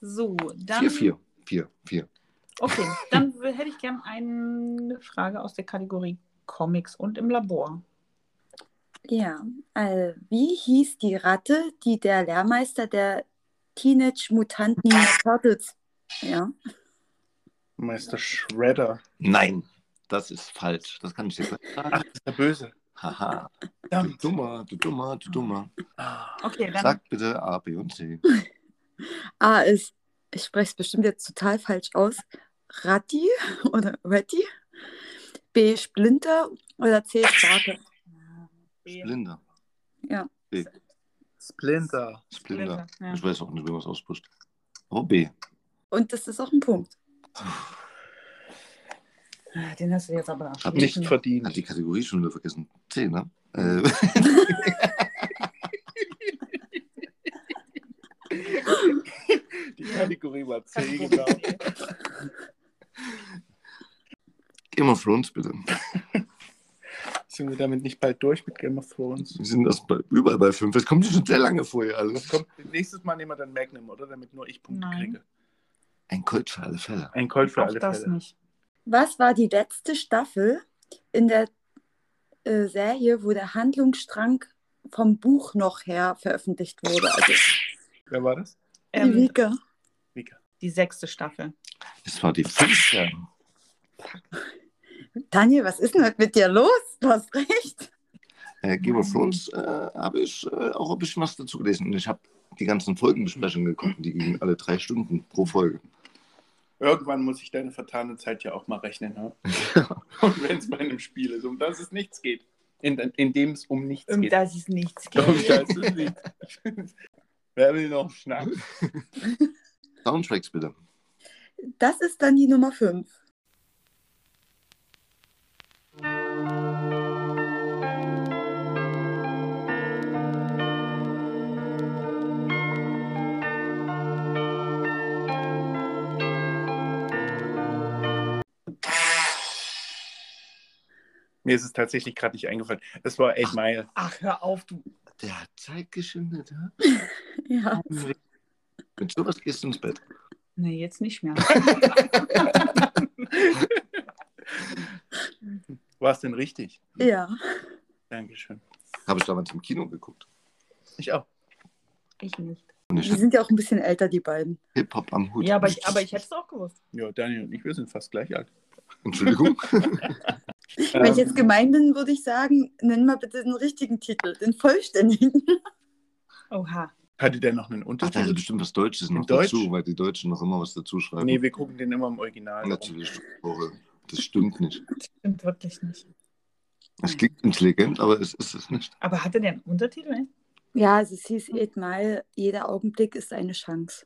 [SPEAKER 4] So, dann.
[SPEAKER 2] 4, 4, 4, 4.
[SPEAKER 4] Okay, dann w- hätte ich gern eine Frage aus der Kategorie Comics und im Labor.
[SPEAKER 5] Ja, äh, wie hieß die Ratte, die der Lehrmeister der Teenage Mutant Ninja Turtles? Ja,
[SPEAKER 3] Meister Shredder.
[SPEAKER 2] Nein, das ist falsch. Das kann ich dir gleich sagen.
[SPEAKER 3] Ach, das ist der Böse.
[SPEAKER 2] Haha. Du
[SPEAKER 3] Verdammt.
[SPEAKER 2] dummer, du dummer, du dummer.
[SPEAKER 3] Ah,
[SPEAKER 4] Okay, dann
[SPEAKER 2] Sag bitte A, B und C.
[SPEAKER 5] A ist, ich spreche Ah, es bestimmt jetzt total falsch aus, Ratti oder Ratti, B Splinter oder C Starke?
[SPEAKER 2] Splinter.
[SPEAKER 3] Splinter.
[SPEAKER 2] Splinter.
[SPEAKER 4] Ja.
[SPEAKER 2] Ich weiß auch nicht, wie man es ausspricht. Aber B.
[SPEAKER 5] Und das ist auch ein Punkt.
[SPEAKER 4] Ah, Den hast du jetzt aber auch
[SPEAKER 2] Hab
[SPEAKER 3] Nicht
[SPEAKER 4] gelesen.
[SPEAKER 2] Hat
[SPEAKER 3] verdient.
[SPEAKER 2] die Kategorie schon wieder vergessen. C, ne? Äh, [laughs]
[SPEAKER 3] Die Kategorie war C, genau.
[SPEAKER 2] Game of Thrones, bitte.
[SPEAKER 3] Sind wir damit nicht bald durch mit Game of Thrones?
[SPEAKER 2] Wir sind erst bei, überall bei 5. Das kommt schon sehr lange vorher
[SPEAKER 3] Das
[SPEAKER 2] alles.
[SPEAKER 3] kommt, nächstes Mal nehmen wir dann Magnum, oder? Damit nur ich Punkte
[SPEAKER 4] Nein.
[SPEAKER 3] kriege.
[SPEAKER 2] Ein Colt für alle Fälle.
[SPEAKER 3] Ein Colt für
[SPEAKER 4] Auch
[SPEAKER 3] alle
[SPEAKER 4] das
[SPEAKER 3] Fälle.
[SPEAKER 4] nicht.
[SPEAKER 5] Was war die letzte Staffel in der äh, Serie, wo der Handlungsstrang vom Buch noch her veröffentlicht wurde? Also,
[SPEAKER 3] Wer war das?
[SPEAKER 5] die
[SPEAKER 4] Ähm,
[SPEAKER 5] Wieke.
[SPEAKER 3] Vika.
[SPEAKER 4] die sechste Staffel.
[SPEAKER 2] Das war die 5.
[SPEAKER 5] Daniel, was ist denn heute mit dir los? Du hast recht.
[SPEAKER 2] Äh, Game of Thrones äh, habe ich äh, auch ein bisschen was dazu gelesen. Und ich habe die ganzen Folgenbesprechungen geguckt. Die gingen alle drei Stunden pro Folge.
[SPEAKER 3] Irgendwann muss ich deine vertane Zeit ja auch mal rechnen. [laughs] Ne? Und wenn es bei einem Spiel ist, um das es nichts geht. In, in dem es um nichts
[SPEAKER 4] Um
[SPEAKER 3] geht.
[SPEAKER 4] das
[SPEAKER 3] [laughs]
[SPEAKER 4] ist nichts.
[SPEAKER 3] Um das es nichts. [laughs] Wer will noch schnacken?
[SPEAKER 2] Soundtracks, bitte.
[SPEAKER 5] Das ist dann die Nummer 5.
[SPEAKER 3] Mir ist es tatsächlich gerade nicht eingefallen. Das war 8 Mile.
[SPEAKER 4] Ach, hör auf, du.
[SPEAKER 2] Der hat Zeit geschindet. Ja?
[SPEAKER 5] Ja.
[SPEAKER 2] Mit sowas gehst du ins Bett.
[SPEAKER 4] Nee, jetzt nicht [laughs] mehr.
[SPEAKER 3] War es denn richtig?
[SPEAKER 5] ja.
[SPEAKER 3] Dankeschön.
[SPEAKER 2] Habe ich damals im Kino geguckt.
[SPEAKER 3] Ich auch.
[SPEAKER 4] Ich nicht.
[SPEAKER 2] Und ich
[SPEAKER 5] Die
[SPEAKER 2] hatte
[SPEAKER 5] sind ja auch ein bisschen älter, die beiden.
[SPEAKER 2] Hip-Hop am Hut.
[SPEAKER 4] Ja, aber ich, aber ich hätte es auch gewusst.
[SPEAKER 3] Ja, Daniel und ich, wir sind fast gleich alt.
[SPEAKER 2] Entschuldigung. [laughs]
[SPEAKER 5] Wenn ich
[SPEAKER 3] Ähm,
[SPEAKER 5] jetzt gemein bin, würde ich sagen, nenn mal bitte den richtigen Titel, den vollständigen.
[SPEAKER 4] Oha.
[SPEAKER 3] hatte der noch einen
[SPEAKER 2] Ach, da hatte
[SPEAKER 3] Untertitel?
[SPEAKER 2] bestimmt was Deutsches noch
[SPEAKER 3] In Deutsch?
[SPEAKER 2] dazu, weil die Deutschen noch immer was dazu schreiben.
[SPEAKER 3] Nee, wir gucken den immer im Original.
[SPEAKER 2] Natürlich, Tore. das stimmt nicht.
[SPEAKER 4] Stimmt wirklich nicht.
[SPEAKER 2] Es klingt intelligent, aber es ist es nicht.
[SPEAKER 4] Aber hatte der einen Untertitel?
[SPEAKER 5] Ja, also es hieß Edmal, jeder Augenblick ist eine Chance.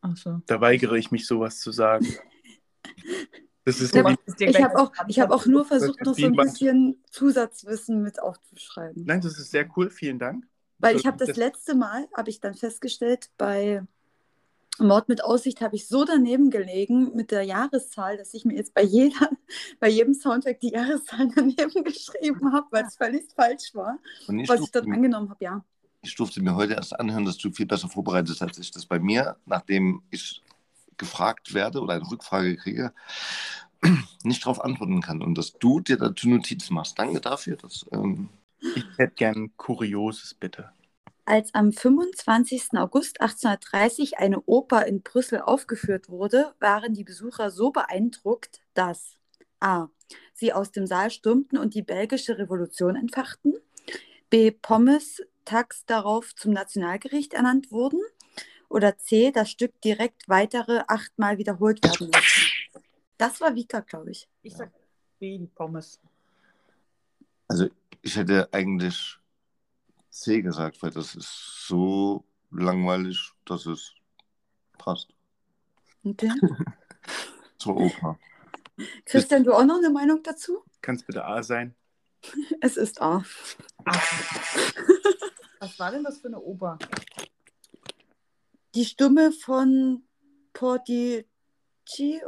[SPEAKER 4] Ach so.
[SPEAKER 3] Da weigere ich mich, sowas zu sagen. Das ist
[SPEAKER 5] Ja,
[SPEAKER 3] wie,
[SPEAKER 4] ist dir
[SPEAKER 5] Ich
[SPEAKER 4] gleich
[SPEAKER 5] habe auch, ich hab auch nur versucht, noch so ein
[SPEAKER 3] Wie man-
[SPEAKER 5] bisschen Zusatzwissen mit aufzuschreiben.
[SPEAKER 3] Nein, das ist sehr cool, vielen Dank.
[SPEAKER 5] Weil ich habe das letzte Mal, habe ich dann festgestellt, bei Mord mit Aussicht habe ich so daneben gelegen mit der Jahreszahl, dass ich mir jetzt bei, jeder, [laughs] bei jedem Soundtrack die Jahreszahl [laughs] daneben geschrieben habe, weil es völlig falsch war,
[SPEAKER 2] Und ich
[SPEAKER 5] was ich
[SPEAKER 2] durfte,
[SPEAKER 5] dann
[SPEAKER 2] mir,
[SPEAKER 5] angenommen habe, ja.
[SPEAKER 2] ich durfte mir heute erst anhören, dass du viel besser vorbereitet bist als ich das bei mir, nachdem ich gefragt werde oder eine Rückfrage kriege, [clears throat] nicht darauf antworten kann. Und dass du dir dazu Notizen machst. Danke dafür. Dass, ähm,
[SPEAKER 3] Ich hätte gern ein Kurioses, bitte.
[SPEAKER 5] Als am 25. August 1830 eine Oper in Brüssel aufgeführt wurde, waren die Besucher so beeindruckt, dass a. sie aus dem Saal stürmten und die belgische Revolution entfachten, b. Pommes tags darauf zum Nationalgericht ernannt wurden oder c. das Stück direkt weitere achtmal wiederholt werden musste. Das war Vika, glaube ich.
[SPEAKER 4] Ich sag wie die Pommes.
[SPEAKER 2] also ich hätte eigentlich C gesagt, weil das ist so langweilig, dass es passt
[SPEAKER 5] Okay.
[SPEAKER 2] zur Oper.
[SPEAKER 5] Christian, du auch noch eine Meinung dazu?
[SPEAKER 3] Kann es bitte A sein?
[SPEAKER 5] Es ist A.
[SPEAKER 4] Ah. Was war denn das für eine Oper?
[SPEAKER 5] die Stimme von Portici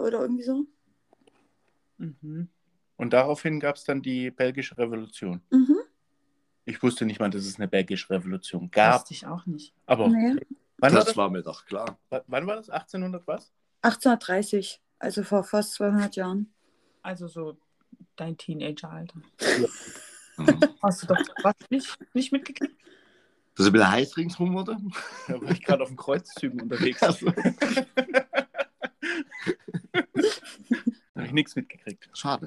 [SPEAKER 5] oder irgendwie so.
[SPEAKER 4] Mhm.
[SPEAKER 3] Und daraufhin gab es dann die Belgische Revolution.
[SPEAKER 5] Mhm.
[SPEAKER 3] Ich wusste nicht mal, dass es eine Belgische Revolution gab.
[SPEAKER 4] Wusste ich auch nicht.
[SPEAKER 3] Aber
[SPEAKER 5] Nee.
[SPEAKER 3] wann, war
[SPEAKER 2] das
[SPEAKER 3] das,
[SPEAKER 2] war mir doch klar.
[SPEAKER 3] wann war das? 1800 was?
[SPEAKER 5] 1830. Also vor fast 200 Jahren.
[SPEAKER 4] Also so dein Teenageralter.
[SPEAKER 2] Mhm.
[SPEAKER 4] Hast du doch was nicht, nicht mitgekriegt?
[SPEAKER 2] Dass er wieder heiß ringsrum wurde?
[SPEAKER 3] Da war ich gerade auf den Kreuzzügen unterwegs.
[SPEAKER 2] Also,
[SPEAKER 3] Da habe ich nichts mitgekriegt.
[SPEAKER 2] [laughs] schade.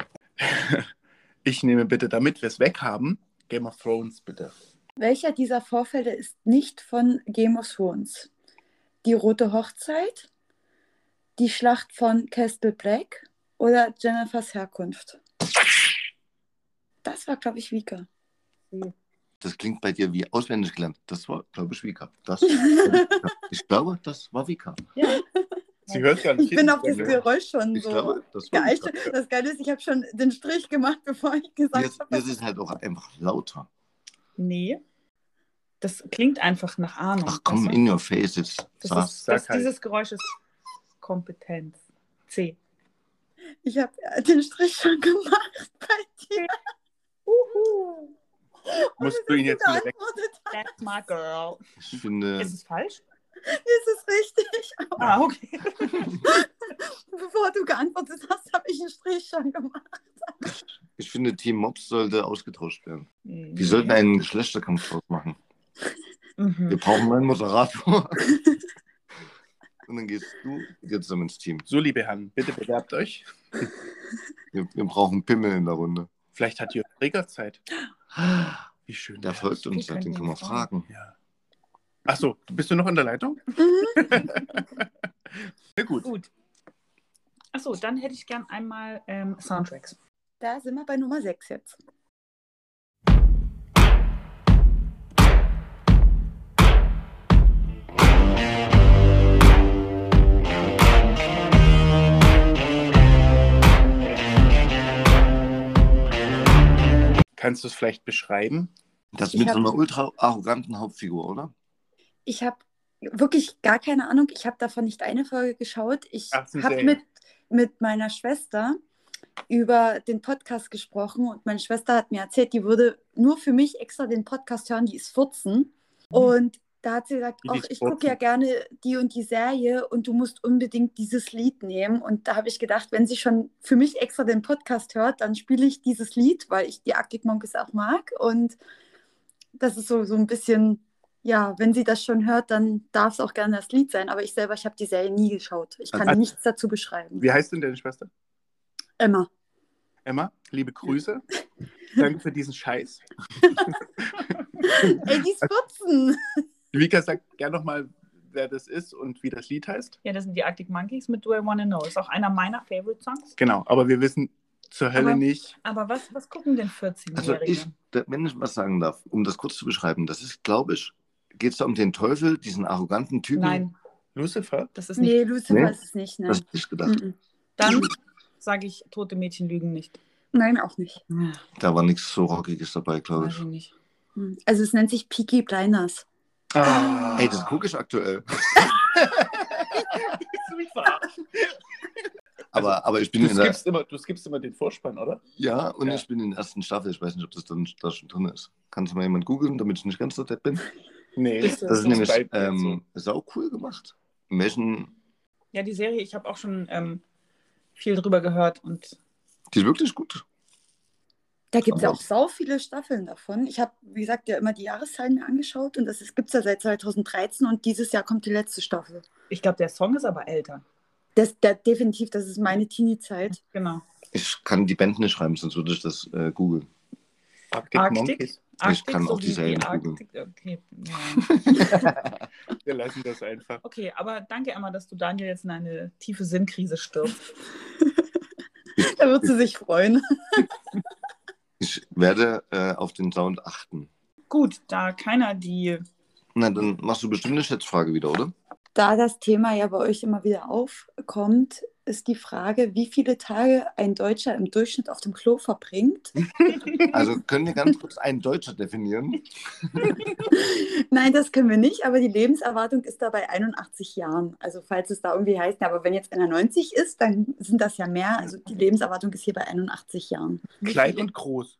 [SPEAKER 3] Ich nehme bitte, damit wir es weghaben, Game of Thrones bitte.
[SPEAKER 5] Welcher dieser Vorfälle ist nicht von Game of Thrones? Die Rote Hochzeit, die Schlacht von Castle Black oder Jennifers Herkunft? Das war, glaube ich, Vika.
[SPEAKER 2] Das klingt bei dir wie auswendig gelernt. Das war, glaube ich, Vika.
[SPEAKER 4] [laughs]
[SPEAKER 2] Das, ich glaube, das war Vika.
[SPEAKER 3] Sie hört gar
[SPEAKER 5] Ich
[SPEAKER 3] nicht
[SPEAKER 5] bin auf das
[SPEAKER 3] hin.
[SPEAKER 5] Geräusch schon
[SPEAKER 2] Ich
[SPEAKER 5] so
[SPEAKER 2] glaube, das war
[SPEAKER 5] geeicht. [laughs]
[SPEAKER 2] Vika.
[SPEAKER 4] [laughs]
[SPEAKER 5] Das Geile ist, ich habe schon den Strich gemacht, bevor ich gesagt
[SPEAKER 2] Jetzt,
[SPEAKER 5] habe.
[SPEAKER 2] jetzt
[SPEAKER 5] dass-
[SPEAKER 2] ist halt auch einfach lauter.
[SPEAKER 4] Nee. Das klingt einfach nach Ahnung.
[SPEAKER 2] Ach komm,
[SPEAKER 4] weißt du?
[SPEAKER 2] in Ah, your face jetzt.
[SPEAKER 4] das
[SPEAKER 2] Saß.
[SPEAKER 4] ist, das,
[SPEAKER 3] Sag halt.
[SPEAKER 4] Dieses Geräusch ist Kompetenz. C.
[SPEAKER 5] Ich habe den Strich schon [laughs] gemacht bei dir.
[SPEAKER 4] Uhu.
[SPEAKER 3] Musst du ihn jetzt wieder weg.
[SPEAKER 5] Geantwortet.
[SPEAKER 4] That's my girl.
[SPEAKER 2] Ich finde,
[SPEAKER 4] Ist es falsch?
[SPEAKER 5] Ist es richtig? [laughs]
[SPEAKER 4] Ah, okay.
[SPEAKER 5] Bevor du geantwortet hast, habe ich einen Strich schon gemacht.
[SPEAKER 2] ich finde, Team Mobs sollte ausgetauscht werden.
[SPEAKER 4] Wie
[SPEAKER 2] Wir sollten einen Geschlechterkampf draus machen. Wir
[SPEAKER 4] Mhm.
[SPEAKER 2] brauchen
[SPEAKER 4] [laughs]
[SPEAKER 2] einen Moderator. Und dann gehst du mit dir zusammen ins Team.
[SPEAKER 3] So, liebe Herren, bitte bewerbt euch.
[SPEAKER 2] Wir, wir brauchen Pimmel in der Runde.
[SPEAKER 3] Vielleicht hat Jörg Reger Zeit. Wie schön.
[SPEAKER 2] Der folgt uns,
[SPEAKER 4] Wir können
[SPEAKER 2] den
[SPEAKER 4] ihn
[SPEAKER 2] können wir
[SPEAKER 4] fragen.
[SPEAKER 2] fragen.
[SPEAKER 3] Ja. Achso, bist du noch in der Leitung? [laughs] Sehr gut.
[SPEAKER 4] Mhm. Gut. Achso, dann hätte ich gern einmal ähm, Soundtracks.
[SPEAKER 5] Da sind wir bei Nummer 6 jetzt.
[SPEAKER 3] Kannst du es vielleicht beschreiben?
[SPEAKER 2] Das
[SPEAKER 5] Ich
[SPEAKER 2] mit
[SPEAKER 5] hab-
[SPEAKER 2] so einer ultra arroganten Hauptfigur, oder?
[SPEAKER 5] Ich habe wirklich gar keine Ahnung. Ich habe davon nicht eine Folge geschaut. Ich
[SPEAKER 3] Ach, ist eine
[SPEAKER 5] habe
[SPEAKER 3] Serie.
[SPEAKER 5] mit, mit meiner Schwester über den Podcast gesprochen und meine Schwester hat mir erzählt, die würde nur für mich extra den Podcast hören, die ist 14. Und da hat sie gesagt,
[SPEAKER 3] Mhm. Die
[SPEAKER 5] ach,
[SPEAKER 3] ist
[SPEAKER 5] ich gucke ja
[SPEAKER 3] 14.
[SPEAKER 5] gerne die und die Serie und du musst unbedingt dieses Lied nehmen. Und da habe ich gedacht, wenn sie schon für mich extra den Podcast hört, dann spiele ich dieses Lied, weil ich die Arctic Monkeys auch mag. Und das ist so, so ein bisschen, ja, wenn sie das schon hört, dann darf es auch gerne das Lied sein. Aber ich selber, ich habe die Serie nie geschaut. Ich kann
[SPEAKER 3] Also-
[SPEAKER 5] nichts dazu beschreiben.
[SPEAKER 3] Wie heißt denn deine Schwester?
[SPEAKER 5] Emma.
[SPEAKER 3] Emma, liebe Grüße.
[SPEAKER 4] [laughs]
[SPEAKER 3] Danke für diesen Scheiß.
[SPEAKER 5] Ey, die ist 14.
[SPEAKER 3] Vika sagt gerne nochmal, wer das ist und wie das Lied heißt.
[SPEAKER 4] Ja, das sind die Arctic Monkeys mit Do I Wanna Know. Ist auch einer meiner Favorite Songs.
[SPEAKER 3] Genau, aber wir wissen zur Hölle
[SPEAKER 4] Aber-
[SPEAKER 3] nicht.
[SPEAKER 4] Aber was, was gucken denn
[SPEAKER 2] Also
[SPEAKER 4] 14-Jährige?
[SPEAKER 2] ich, da- wenn ich was sagen darf, um das kurz zu beschreiben, das ist, glaube ich, geht es da um den Teufel, diesen arroganten Typen?
[SPEAKER 4] Nein,
[SPEAKER 3] Lucifer?
[SPEAKER 4] das ist nicht.
[SPEAKER 5] [laughs] Nee, Lucifer
[SPEAKER 2] Nee?
[SPEAKER 5] ist es nicht.
[SPEAKER 2] Das
[SPEAKER 5] Nein.
[SPEAKER 2] hätte ich gedacht.
[SPEAKER 5] Mhm.
[SPEAKER 4] Dann sage ich, tote Mädchen lügen nicht.
[SPEAKER 5] Nein, auch nicht.
[SPEAKER 2] Da war nichts so Rockiges dabei, glaube
[SPEAKER 4] Weiß
[SPEAKER 2] ich.
[SPEAKER 4] ich nicht.
[SPEAKER 5] Mhm. Also es nennt sich Peaky Blinders.
[SPEAKER 3] Ah.
[SPEAKER 2] Ey, das gucke ich aktuell. Aber, aber ich bin
[SPEAKER 3] Du
[SPEAKER 2] in der,
[SPEAKER 3] skippst, immer, du skippst immer den Vorspann, oder?
[SPEAKER 2] ja, und
[SPEAKER 3] Ja.
[SPEAKER 2] ich bin in der ersten Staffel. Ich weiß nicht, ob das dann da schon drin ist. Kannst du mal jemand googeln, damit ich nicht ganz so depp bin?
[SPEAKER 3] Nee.
[SPEAKER 4] Ist das
[SPEAKER 2] Das ist nämlich
[SPEAKER 3] bei-
[SPEAKER 2] ähm, sau cool gemacht. In welchen,
[SPEAKER 4] Ja, die Serie, ich habe auch schon ähm, viel drüber gehört und
[SPEAKER 2] die ist wirklich gut.
[SPEAKER 5] Da gibt es ja
[SPEAKER 2] Aber-
[SPEAKER 5] auch sau viele Staffeln davon. Ich habe, wie gesagt, ja immer die Jahreszahlen mir angeschaut und das gibt es ja seit 2013 und dieses Jahr kommt die letzte Staffel.
[SPEAKER 4] ich glaube, der Song ist aber älter.
[SPEAKER 5] Das, der, definitiv, das ist meine Teenie-Zeit.
[SPEAKER 4] Genau.
[SPEAKER 2] Ich kann die Band nicht schreiben, sonst würde ich das äh, googeln.
[SPEAKER 3] Arctic
[SPEAKER 4] Arktik.
[SPEAKER 3] Monkeys.
[SPEAKER 4] Arktik,
[SPEAKER 2] kann auch
[SPEAKER 4] wie
[SPEAKER 2] die Serien gucken.
[SPEAKER 4] Arktik. Okay. ja. [laughs]
[SPEAKER 3] Wir lassen das einfach.
[SPEAKER 4] okay, aber danke, Emma, dass du Daniel jetzt in eine tiefe Sinnkrise stürzt.
[SPEAKER 5] Da wird sie sich freuen.
[SPEAKER 2] Ich werde äh, auf den Sound achten.
[SPEAKER 4] Gut, da keiner
[SPEAKER 2] [laughs]
[SPEAKER 4] die.
[SPEAKER 2] Na, dann machst du bestimmt eine Schätzfrage wieder, oder?
[SPEAKER 5] Da das Thema ja bei euch immer wieder aufkommt, ist die Frage, wie viele Tage ein Deutscher im Durchschnitt auf dem Klo
[SPEAKER 2] [laughs]
[SPEAKER 5] verbringt.
[SPEAKER 2] Also können wir ganz kurz einen Deutscher definieren.
[SPEAKER 5] Nein, das können wir nicht, aber die Lebenserwartung ist da bei 81 Jahren. Also falls es da irgendwie heißt, na, aber wenn jetzt einer 90 ist, dann sind das ja mehr. Also die Lebenserwartung ist hier bei 81 Jahren.
[SPEAKER 3] Klein und groß.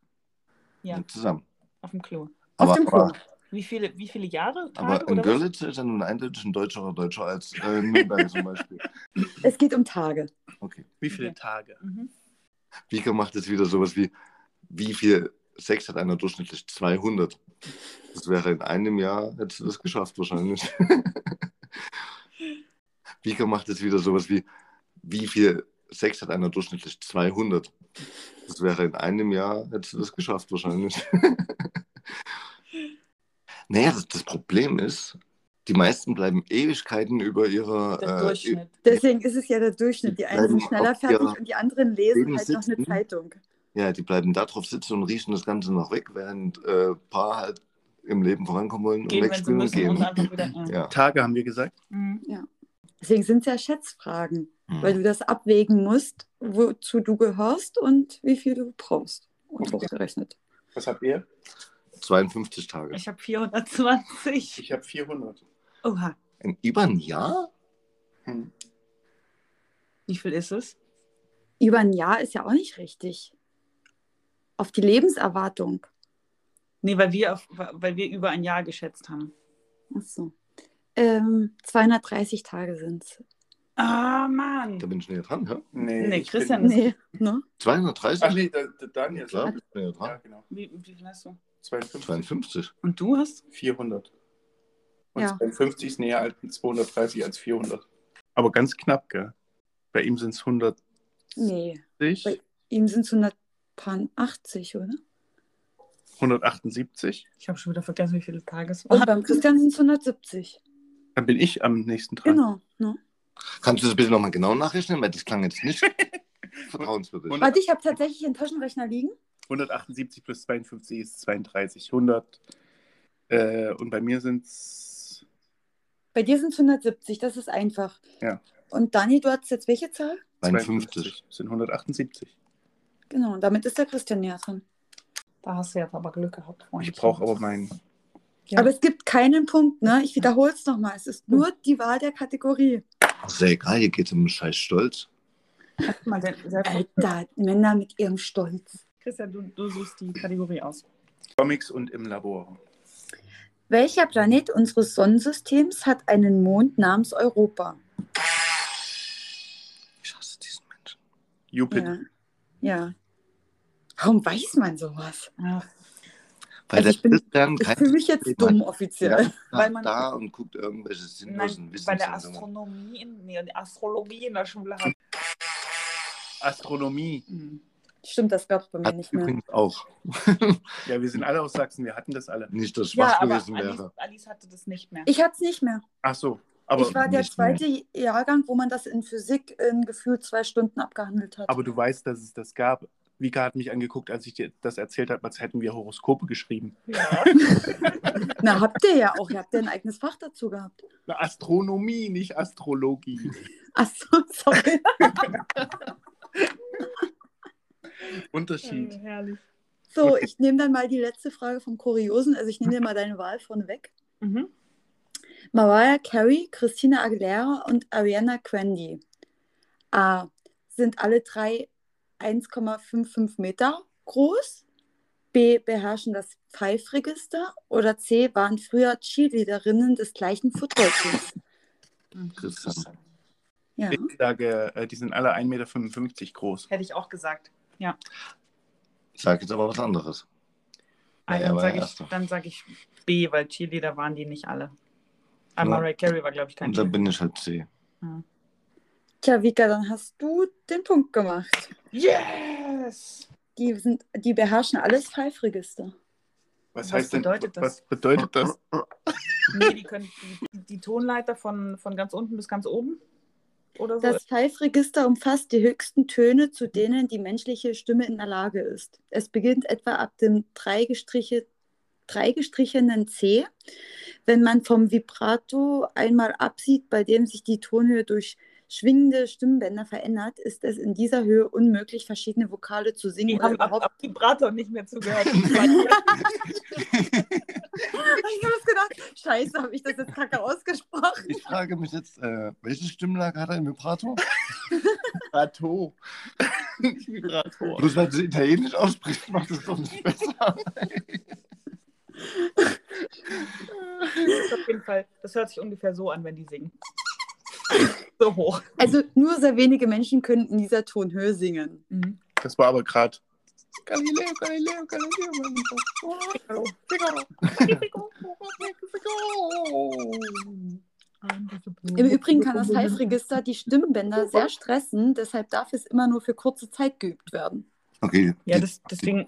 [SPEAKER 4] Ja,
[SPEAKER 2] Zusammen.
[SPEAKER 4] auf dem Klo.
[SPEAKER 5] Auf
[SPEAKER 2] Aber,
[SPEAKER 5] dem Klo.
[SPEAKER 2] aber
[SPEAKER 4] Wie viele, wie viele Jahre? Tage,
[SPEAKER 2] Aber in
[SPEAKER 4] oder was?
[SPEAKER 2] Görlitz ist er nun eindeutig ein Deutscherer Deutscher als äh, in Nürnberg zum Beispiel.
[SPEAKER 5] Es geht um Tage.
[SPEAKER 2] Okay.
[SPEAKER 3] Wie viele
[SPEAKER 4] Okay.
[SPEAKER 3] Tage?
[SPEAKER 4] Mhm.
[SPEAKER 2] Vika macht jetzt wieder sowas wie, wie viel Sex hat einer durchschnittlich? 200. Das wäre in einem Jahr, hättest du das
[SPEAKER 4] [laughs]
[SPEAKER 2] geschafft wahrscheinlich. Vika macht jetzt wieder sowas wie, wie viel Sex hat einer durchschnittlich? 200. Das wäre in einem Jahr, hättest du das geschafft wahrscheinlich. [laughs] naja, das, das Problem ist, die meisten bleiben Ewigkeiten über ihre...
[SPEAKER 4] Der
[SPEAKER 2] äh,
[SPEAKER 4] Durchschnitt.
[SPEAKER 5] Deswegen ist es ja der Durchschnitt. Die einen
[SPEAKER 2] Bleiben
[SPEAKER 5] sind schneller
[SPEAKER 2] auf ihrer ne?
[SPEAKER 5] fertig und die anderen lesen
[SPEAKER 2] Leben
[SPEAKER 5] halt noch eine
[SPEAKER 2] sitzen.
[SPEAKER 5] Zeitung.
[SPEAKER 2] Ja, die bleiben da drauf sitzen und riechen das Ganze noch weg, während äh, Paar halt im Leben vorankommen wollen und
[SPEAKER 4] Gehen, wenn sie
[SPEAKER 2] wegspülen und
[SPEAKER 4] müssen und
[SPEAKER 2] gehen.
[SPEAKER 4] einfach wieder. Ja.
[SPEAKER 2] Ja.
[SPEAKER 3] Tage haben wir gesagt.
[SPEAKER 4] Mhm.
[SPEAKER 5] Deswegen sind es ja Schätzfragen, weil
[SPEAKER 2] Hm.
[SPEAKER 5] du das abwägen musst, wozu du gehörst und wie viel du brauchst. Und hochgerechnet.
[SPEAKER 3] Was habt ihr?
[SPEAKER 2] 52 Tage.
[SPEAKER 4] Ich habe 420.
[SPEAKER 3] Ich habe 400.
[SPEAKER 4] Oha,
[SPEAKER 2] In über ein Jahr?
[SPEAKER 3] Hm.
[SPEAKER 4] wie viel ist es?
[SPEAKER 5] Über ein Jahr ist ja auch nicht richtig. Auf die Lebenserwartung.
[SPEAKER 4] Nee, weil wir, auf, weil wir über ein Jahr geschätzt haben.
[SPEAKER 5] Ach so. Ähm, 230 Tage sind es.
[SPEAKER 4] Ah,
[SPEAKER 2] Da
[SPEAKER 4] Mann.
[SPEAKER 2] bin ich näher dran, hä?
[SPEAKER 4] Nee,
[SPEAKER 3] ich
[SPEAKER 4] Christian
[SPEAKER 3] Bin...
[SPEAKER 4] ist-
[SPEAKER 5] Nee, ne?
[SPEAKER 2] 230?
[SPEAKER 3] Ach nee, da, da, Daniel.
[SPEAKER 2] ja, klar,
[SPEAKER 3] sagt-
[SPEAKER 2] bin ich näher
[SPEAKER 3] Ja,
[SPEAKER 2] dran.
[SPEAKER 3] genau.
[SPEAKER 4] Wie, wie viel hast du?
[SPEAKER 3] 52.
[SPEAKER 2] 52.
[SPEAKER 4] Und du hast?
[SPEAKER 3] 400. Und
[SPEAKER 5] Ja.
[SPEAKER 3] 52 ist näher als 230 als 400. Aber ganz knapp, gell? Bei ihm sind es 100.
[SPEAKER 5] Nee.
[SPEAKER 3] Sich,
[SPEAKER 5] Bei- Ihm sind es 180, oder?
[SPEAKER 3] 178.
[SPEAKER 4] Ich habe schon wieder vergessen, wie viele Tage es
[SPEAKER 5] Und
[SPEAKER 4] waren.
[SPEAKER 5] beim Christian sind es 170.
[SPEAKER 3] Dann bin ich am nächsten dran.
[SPEAKER 5] Genau. Ne?
[SPEAKER 2] Kannst du das bitte nochmal genau nachrechnen? Weil das klang jetzt
[SPEAKER 3] [laughs]
[SPEAKER 2] nicht vertrauenswürdig.
[SPEAKER 3] Und-
[SPEAKER 5] Warte, Also ich habe tatsächlich einen Taschenrechner liegen.
[SPEAKER 3] 178 plus 52 ist 32. 100. Äh, und bei mir sind es.
[SPEAKER 5] Bei dir sind es 170, das ist einfach.
[SPEAKER 3] Ja.
[SPEAKER 5] Und Dani, du hattest jetzt welche Zahl?
[SPEAKER 2] 52.
[SPEAKER 3] Sind 178.
[SPEAKER 5] Genau, und damit ist der Christian näher dran.
[SPEAKER 4] Da hast du jetzt aber Glück gehabt, Freund.
[SPEAKER 3] Ich brauche aber meinen.
[SPEAKER 4] Ja.
[SPEAKER 5] Aber es gibt keinen Punkt, ne? Ich wiederhole es nochmal. Es ist nur die Wahl der Kategorie.
[SPEAKER 2] Ist ja egal, hier geht es um scheiß Stolz.
[SPEAKER 4] Guck mal, der- der-
[SPEAKER 5] Alter, Männer mit ihrem Stolz.
[SPEAKER 4] Christian, du, du suchst die Kategorie aus.
[SPEAKER 3] Comics und im Labor.
[SPEAKER 5] Welcher Planet unseres Sonnensystems hat einen Mond namens Europa?
[SPEAKER 2] Ich hasse diesen Menschen.
[SPEAKER 3] Jupiter.
[SPEAKER 5] Ja. ja. Warum weiß man sowas?
[SPEAKER 4] Ach,
[SPEAKER 2] Weil
[SPEAKER 5] Also
[SPEAKER 2] der
[SPEAKER 5] ich bin-
[SPEAKER 2] Christian
[SPEAKER 5] Ich fühle
[SPEAKER 2] kein
[SPEAKER 5] mich jetzt dumm offiziell.
[SPEAKER 4] äh, Weil
[SPEAKER 2] weil
[SPEAKER 4] man-
[SPEAKER 2] da und guckt irgendwelche sinnlosen
[SPEAKER 4] nein, bei der
[SPEAKER 2] Wissenssendungen.
[SPEAKER 4] Astronomie, in, nee, die Astrologie in der Schule hat.
[SPEAKER 3] Astronomie.
[SPEAKER 5] Stimmt, das gab es bei mir
[SPEAKER 2] Hat
[SPEAKER 5] nicht mehr.
[SPEAKER 2] übrigens auch. [laughs]
[SPEAKER 3] Ja, wir sind alle aus Sachsen. Wir hatten das alle.
[SPEAKER 2] Nicht, dass schwach
[SPEAKER 4] Ja, aber
[SPEAKER 2] gewesen
[SPEAKER 4] Alice,
[SPEAKER 2] wäre.
[SPEAKER 4] Alice hatte das nicht mehr.
[SPEAKER 5] Ich hatte es nicht mehr.
[SPEAKER 3] Ach so. Aber,
[SPEAKER 5] ich war der
[SPEAKER 2] nicht mehr.
[SPEAKER 5] zweite Jahrgang, wo man das in Physik in gefühlt zwei Stunden abgehandelt hat.
[SPEAKER 3] aber du weißt, dass es das gab. Vika hat mich angeguckt, als ich dir das erzählt habe, als hätten wir Horoskope geschrieben.
[SPEAKER 4] Ja.
[SPEAKER 5] Na, habt ihr ja auch. Ihr habt ja ein eigenes Fach dazu gehabt.
[SPEAKER 3] Na, Astronomie, nicht
[SPEAKER 2] [laughs]
[SPEAKER 3] Astrologie.
[SPEAKER 5] Ach so, sorry.
[SPEAKER 3] Unterschied.
[SPEAKER 4] herrlich.
[SPEAKER 5] So, ich nehme dann mal die letzte Frage vom Kuriosen. Also ich nehme dir mal deine Wahl von weg.
[SPEAKER 4] Mhm.
[SPEAKER 5] Mariah Carey, Christina Aguilera und Ariana Grande. A. Sind alle drei 1,55 Meter groß? B. Beherrschen das Pfeifregister? Oder C. Waren früher Cheerleaderinnen des gleichen Footballteams?
[SPEAKER 2] Christian.
[SPEAKER 5] Ja.
[SPEAKER 3] Ich sage, äh, die sind alle 1,55 Meter groß.
[SPEAKER 4] Hätte ich auch gesagt.
[SPEAKER 2] Ich sage jetzt aber was anderes.
[SPEAKER 4] Ah,
[SPEAKER 2] Naja,
[SPEAKER 4] dann
[SPEAKER 2] war
[SPEAKER 4] sage
[SPEAKER 2] ja
[SPEAKER 4] ich,
[SPEAKER 2] erster.
[SPEAKER 4] dann sag ich B, weil Cheerleader waren die nicht alle. Aber
[SPEAKER 2] Ja.
[SPEAKER 4] Mariah Carey war, glaube ich, kein
[SPEAKER 2] Und dann
[SPEAKER 4] Cheerleader.
[SPEAKER 2] bin ich halt C.
[SPEAKER 5] Tja, Vika, dann hast du den Punkt gemacht.
[SPEAKER 4] Yes!
[SPEAKER 5] Die, sind, die beherrschen alles Pfeifregister.
[SPEAKER 3] Was,
[SPEAKER 4] Was
[SPEAKER 3] heißt denn,
[SPEAKER 4] bedeutet das?
[SPEAKER 3] Was bedeutet das?
[SPEAKER 4] Nee, die können die, die Tonleiter von, von ganz unten bis ganz oben oder so.
[SPEAKER 5] Das Pfeifregister umfasst die höchsten Töne, zu denen die menschliche Stimme in der Lage ist. Es beginnt etwa ab dem dreigestriche- dreigestrichenen C, wenn man vom Vibrato einmal absieht, bei dem sich die Tonhöhe durch schwingende Stimmbänder verändert, ist es in dieser Höhe unmöglich, verschiedene Vokale zu singen
[SPEAKER 4] die
[SPEAKER 5] oder
[SPEAKER 4] haben ab,
[SPEAKER 5] überhaupt.
[SPEAKER 4] ab Vibrator nicht mehr zugehört.
[SPEAKER 5] [laughs]
[SPEAKER 4] [laughs]
[SPEAKER 5] ich habe das gedacht, scheiße, habe ich das jetzt kacke ausgesprochen?
[SPEAKER 2] Ich frage mich jetzt, äh, welche Stimmlage hat er im Vibrator?
[SPEAKER 3] Plateau. Nicht Vibrator.
[SPEAKER 2] Bloß weil du Italienisch aussprichst, macht es doch nicht besser.
[SPEAKER 4] Das, ist auf jeden Fall, das hört sich ungefähr so an, wenn die singen. So hoch.
[SPEAKER 5] Also nur sehr wenige Menschen können in dieser Tonhöhe singen.
[SPEAKER 4] Mhm.
[SPEAKER 3] Das war aber gerade. Galileo, Galileo, Galileo. Figaro, Figaro. Figaro.
[SPEAKER 5] Im Übrigen kann das Halsregister die Stimmbänder sehr stressen, deshalb darf es immer nur für kurze Zeit geübt werden.
[SPEAKER 2] Okay.
[SPEAKER 4] Ja,
[SPEAKER 2] die-
[SPEAKER 4] das, deswegen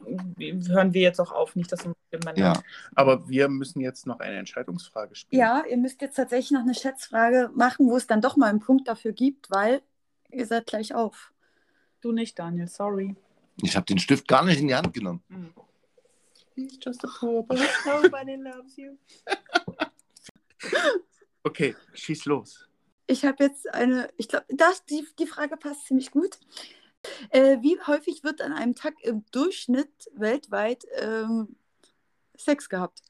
[SPEAKER 4] hören wir jetzt auch auf, nicht, dass man
[SPEAKER 2] ja.
[SPEAKER 3] Aber wir müssen jetzt noch eine Entscheidungsfrage spielen.
[SPEAKER 5] Ja, ihr müsst jetzt tatsächlich noch eine Schätzfrage machen, wo es dann doch mal einen Punkt dafür gibt, weil ihr seid gleich auf.
[SPEAKER 4] du nicht, Daniel, sorry.
[SPEAKER 2] Ich habe den Stift gar nicht in die Hand genommen.
[SPEAKER 4] Mhm.
[SPEAKER 3] He's just a poor boy.
[SPEAKER 4] Nobody loves you.
[SPEAKER 3] Okay, schieß los.
[SPEAKER 5] Ich habe jetzt eine, ich glaube, das- die, die Frage passt ziemlich gut. Äh, wie häufig wird an einem Tag im Durchschnitt weltweit ähm, Sex gehabt?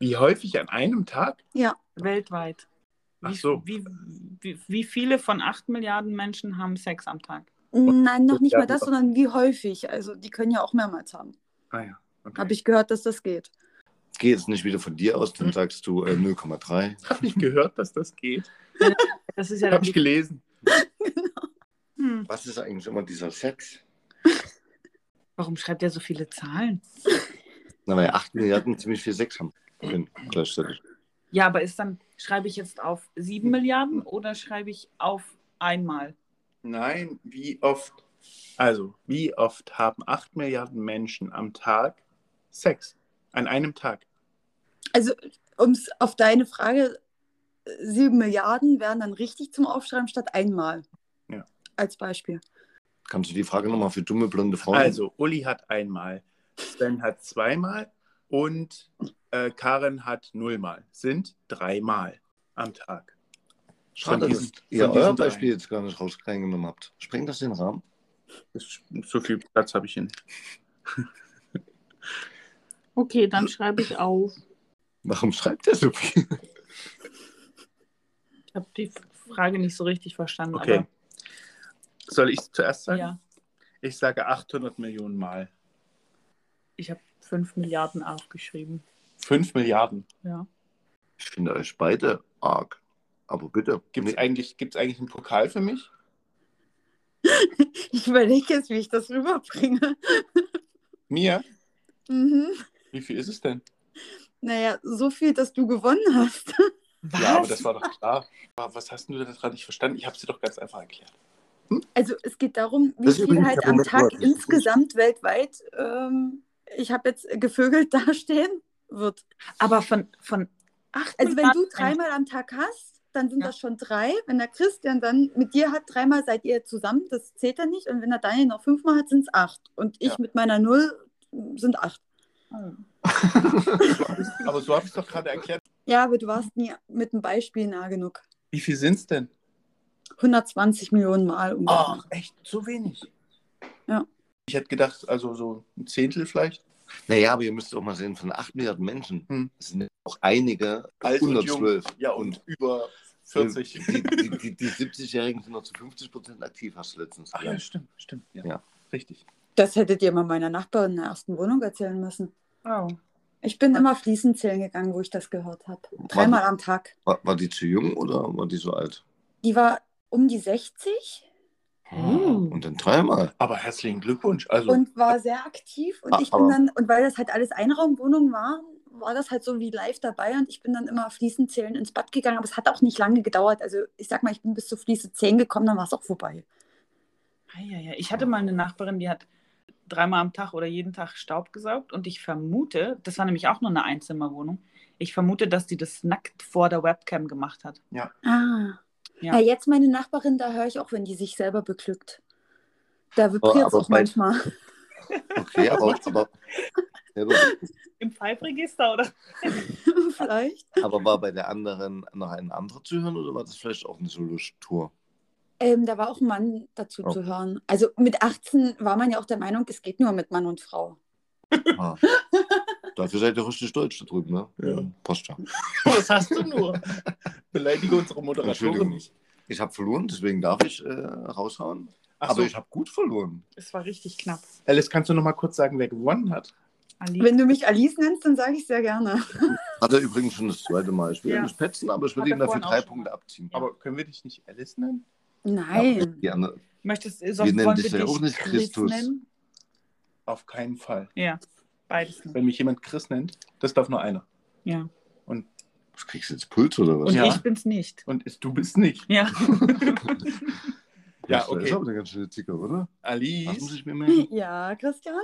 [SPEAKER 3] Wie häufig an einem Tag?
[SPEAKER 4] Weltweit.
[SPEAKER 3] Ach
[SPEAKER 4] Wie,
[SPEAKER 3] so.
[SPEAKER 4] wie, wie, wie viele von 8 Milliarden Menschen haben Sex am Tag?
[SPEAKER 5] Nein, noch nicht
[SPEAKER 3] Ja,
[SPEAKER 5] mal das,
[SPEAKER 3] doch.
[SPEAKER 5] sondern wie häufig. Also die können ja auch mehrmals haben.
[SPEAKER 3] Ah ja. Okay.
[SPEAKER 5] Habe ich gehört, dass das geht.
[SPEAKER 2] Geh jetzt nicht wieder von dir aus,
[SPEAKER 4] Hm.
[SPEAKER 2] dann sagst du äh, 0,3.
[SPEAKER 3] [laughs] Hab ich gehört, dass das geht.
[SPEAKER 4] Das ist ja
[SPEAKER 3] Habe ich gelesen.
[SPEAKER 4] hm.
[SPEAKER 2] Was ist eigentlich immer dieser Sex?
[SPEAKER 4] Warum schreibt er so viele Zahlen?
[SPEAKER 2] Na, weil 8 Milliarden ziemlich viel Sex haben können gleichzeitig.
[SPEAKER 4] Ja, aber ist dann, schreibe ich jetzt auf 7 Milliarden oder schreibe ich auf einmal?
[SPEAKER 3] Nein, wie oft? Also, wie oft haben 8 Milliarden Menschen am Tag Sex? An einem Tag.
[SPEAKER 5] Also, um es auf deine Frage, sieben Milliarden wären dann richtig zum Aufschreiben statt einmal.
[SPEAKER 3] Ja.
[SPEAKER 5] Als Beispiel.
[SPEAKER 2] Kannst du die Frage nochmal für dumme blonde Frauen?
[SPEAKER 3] Also, Uli hat einmal, Sven hat zweimal und äh, Karen hat nullmal. Sind dreimal am Tag.
[SPEAKER 2] Schade,
[SPEAKER 3] von
[SPEAKER 2] dass
[SPEAKER 3] diesen-
[SPEAKER 2] ihr
[SPEAKER 3] von
[SPEAKER 2] euer
[SPEAKER 3] diesen drei.
[SPEAKER 2] Beispiel jetzt gar nicht raus- reingenommen habt. Sprengt das den Rahmen?
[SPEAKER 3] Ist, so viel Platz habe ich hier nicht.
[SPEAKER 4] Okay, dann schreibe ich auf.
[SPEAKER 2] Warum schreibt er so viel?
[SPEAKER 4] Ich habe die Frage nicht so richtig verstanden.
[SPEAKER 3] Okay. Soll ich zuerst sagen?
[SPEAKER 4] Aber, ja,
[SPEAKER 3] Ich sage 800 Millionen Mal.
[SPEAKER 4] ich habe 5 Milliarden aufgeschrieben.
[SPEAKER 3] 5 Milliarden.
[SPEAKER 4] Ja.
[SPEAKER 2] Ich finde euch beide arg. Aber bitte.
[SPEAKER 3] Gibt es eigentlich, gibt's eigentlich einen Pokal für mich?
[SPEAKER 5] Ich überlege jetzt, wie ich das rüberbringe.
[SPEAKER 3] Mir?
[SPEAKER 5] Mhm.
[SPEAKER 3] Wie viel ist es denn?
[SPEAKER 5] Naja, so viel, dass du gewonnen hast.
[SPEAKER 4] Was?
[SPEAKER 3] Ja, aber das war doch klar. Aber Was hast du da gerade nicht verstanden? Ich habe es dir doch ganz einfach erklärt.
[SPEAKER 5] Also, es geht darum, wie
[SPEAKER 2] Das ist
[SPEAKER 5] viel
[SPEAKER 2] übrigens
[SPEAKER 5] halt
[SPEAKER 2] der
[SPEAKER 5] am
[SPEAKER 2] Moment,
[SPEAKER 5] Tag
[SPEAKER 2] Leute, das ist gut.
[SPEAKER 5] insgesamt weltweit, ähm, ich habe jetzt gevögelt dastehen, wird.
[SPEAKER 4] aber von, von 8
[SPEAKER 5] Also wenn du
[SPEAKER 4] Milliarden
[SPEAKER 5] dreimal am Tag hast, dann sind
[SPEAKER 4] Ja.
[SPEAKER 5] das schon drei. Wenn der Christian dann mit dir hat, dreimal seid ihr zusammen, das zählt er nicht. Und wenn der Daniel noch fünfmal hat, sind es acht. Und ich
[SPEAKER 3] Ja.
[SPEAKER 5] mit meiner Null mm, sind acht.
[SPEAKER 4] Menschen-
[SPEAKER 3] Aber so habe ich es doch gerade erklärt.
[SPEAKER 5] Ja, aber du warst nie mit dem Beispiel nah genug.
[SPEAKER 3] Wie viel sind es denn?
[SPEAKER 5] 120 Millionen Mal. um
[SPEAKER 4] Oh.
[SPEAKER 5] ungefähr.
[SPEAKER 3] echt, so wenig.
[SPEAKER 5] Ja.
[SPEAKER 3] Ich hätte gedacht, also so ein Zehntel vielleicht.
[SPEAKER 2] Naja, aber ihr müsst auch mal sehen, von 8 Milliarden Menschen
[SPEAKER 3] Hm.
[SPEAKER 2] sind ja auch einige
[SPEAKER 3] Alt und
[SPEAKER 2] 112.
[SPEAKER 3] Ja,
[SPEAKER 2] und
[SPEAKER 3] über
[SPEAKER 2] Äh, Die, die, die, die 70-Jährigen sind noch zu 50 Prozent aktiv, hast du letztens
[SPEAKER 3] [laughs] Ach ja,
[SPEAKER 2] gesagt.
[SPEAKER 3] stimmt, stimmt. Ja.
[SPEAKER 2] Ja.
[SPEAKER 3] Richtig.
[SPEAKER 5] Das hättet ihr mal meiner Nachbarin in der ersten Wohnung erzählen müssen.
[SPEAKER 4] Oh.
[SPEAKER 5] Ich bin immer fließend zählen gegangen, wo ich das gehört habe. Dreimal am Tag.
[SPEAKER 2] War, war die zu jung oder war die so alt?
[SPEAKER 5] Die war um die 60
[SPEAKER 4] Hm.
[SPEAKER 2] Und dann dreimal.
[SPEAKER 3] Aber herzlichen Glückwunsch. Also, [laughs]
[SPEAKER 5] und war sehr aktiv und
[SPEAKER 2] Ah,
[SPEAKER 5] ich bin
[SPEAKER 2] aber-
[SPEAKER 5] dann und weil das halt alles Einraumwohnungen waren, war das halt so wie live dabei und ich bin dann immer fließend zählen ins Bad gegangen, aber es hat auch nicht lange gedauert. Also ich sag mal, ich bin bis zu Fließe 10 gekommen, dann war es auch vorbei.
[SPEAKER 4] Eieiei. Ich hatte mal eine Nachbarin, die hat dreimal am Tag oder jeden Tag Staub gesaugt und ich vermute, das war nämlich auch nur eine Einzimmerwohnung, ich vermute, dass die das nackt vor der Webcam gemacht hat.
[SPEAKER 5] Ah.
[SPEAKER 4] Ja.
[SPEAKER 5] Ja, jetzt meine Nachbarin, da höre ich auch, wenn die sich selber beglückt. Da
[SPEAKER 2] Aber-
[SPEAKER 5] vibriert es
[SPEAKER 2] aber
[SPEAKER 5] auch
[SPEAKER 2] bei- [laughs]
[SPEAKER 5] manchmal. [laughs]
[SPEAKER 3] [laughs]
[SPEAKER 2] Okay, aber, aber, aber,
[SPEAKER 4] Im Pfeifregister oder?
[SPEAKER 5] Vielleicht.
[SPEAKER 2] aber war bei der anderen noch ein anderer zu hören oder war das vielleicht auch eine Solo-Tour?
[SPEAKER 5] Ähm, da war auch ein Mann dazu
[SPEAKER 2] Oh.
[SPEAKER 5] zu hören. Also mit 18 war man ja auch der Meinung, es geht nur mit Mann und Frau.
[SPEAKER 2] Ah. Dafür seid ihr richtig deutsch da drüben, ne?
[SPEAKER 3] Ja.
[SPEAKER 2] Passt ja.
[SPEAKER 3] was hast du nur? Beleidige unsere
[SPEAKER 2] Entschuldigung.
[SPEAKER 3] Moderatorin nicht.
[SPEAKER 2] Ich habe verloren, deswegen darf ich äh, raushauen.
[SPEAKER 3] Ach
[SPEAKER 2] aber
[SPEAKER 3] so.
[SPEAKER 2] ich habe gut verloren.
[SPEAKER 4] Es war richtig knapp.
[SPEAKER 3] Alice, kannst du noch mal kurz sagen, wer gewonnen hat?
[SPEAKER 4] Ali.
[SPEAKER 5] Wenn du mich Alice nennst, dann sage ich sehr gerne.
[SPEAKER 2] Hat er übrigens schon das zweite Mal. Ich will
[SPEAKER 4] Ja.
[SPEAKER 2] ihn nicht petzen, aber ich will
[SPEAKER 4] Hat er
[SPEAKER 2] ihm dafür
[SPEAKER 4] vorhin auch
[SPEAKER 2] drei
[SPEAKER 4] schon
[SPEAKER 2] Punkte abziehen.
[SPEAKER 3] Aber können wir dich nicht Alice nennen?
[SPEAKER 2] Aber
[SPEAKER 5] Nein.
[SPEAKER 2] die andere-
[SPEAKER 4] Möchtest, äh, sonst
[SPEAKER 2] nennen
[SPEAKER 4] wollen
[SPEAKER 2] dich ja auch nicht Christus.
[SPEAKER 4] nennen?
[SPEAKER 3] Auf keinen Fall.
[SPEAKER 4] Ja, beides.
[SPEAKER 3] Wenn mich jemand Chris nennt, das darf nur einer.
[SPEAKER 4] Ja.
[SPEAKER 2] Was kriegst du jetzt Puls oder was?
[SPEAKER 4] Und
[SPEAKER 3] Ja.
[SPEAKER 4] ich bin's nicht.
[SPEAKER 3] Und ist, du bist nicht.
[SPEAKER 2] [laughs]
[SPEAKER 4] Ja.
[SPEAKER 3] Ja,
[SPEAKER 2] Das
[SPEAKER 3] okay.
[SPEAKER 2] ist aber eine ganz schöne Zicke, oder? Was muss
[SPEAKER 3] Alice,
[SPEAKER 2] ich mir merken?
[SPEAKER 5] Ja, Christian?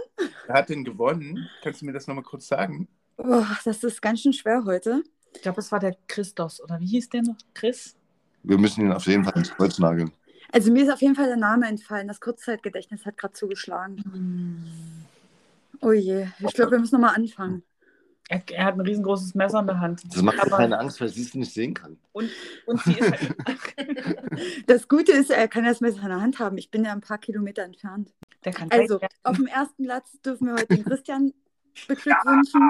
[SPEAKER 3] wer [laughs] hat denn gewonnen? Kannst du mir das nochmal kurz sagen?
[SPEAKER 5] Oh, das ist ganz schön schwer heute.
[SPEAKER 4] ich glaube, das war der Christos. Oder wie hieß der noch? Chris?
[SPEAKER 2] Wir müssen ihn auf jeden Fall ins Kreuz nageln.
[SPEAKER 5] Also mir ist auf jeden Fall der Name entfallen. Das Kurzzeitgedächtnis hat gerade zugeschlagen. Oh je, ich glaube, wir müssen nochmal anfangen.
[SPEAKER 4] Er, er hat ein riesengroßes Messer in der Hand.
[SPEAKER 2] Das macht mir
[SPEAKER 4] Aber-
[SPEAKER 2] keine Angst, weil sie es nicht sehen kann.
[SPEAKER 4] Und sie ist
[SPEAKER 2] [laughs]
[SPEAKER 4] halt,
[SPEAKER 5] Das Gute ist, er kann das Messer in der Hand haben. Ich bin ja ein paar Kilometer entfernt.
[SPEAKER 4] der kann
[SPEAKER 5] Also,
[SPEAKER 4] weg.
[SPEAKER 5] auf dem ersten Platz dürfen wir heute den Christian beglückwünschen.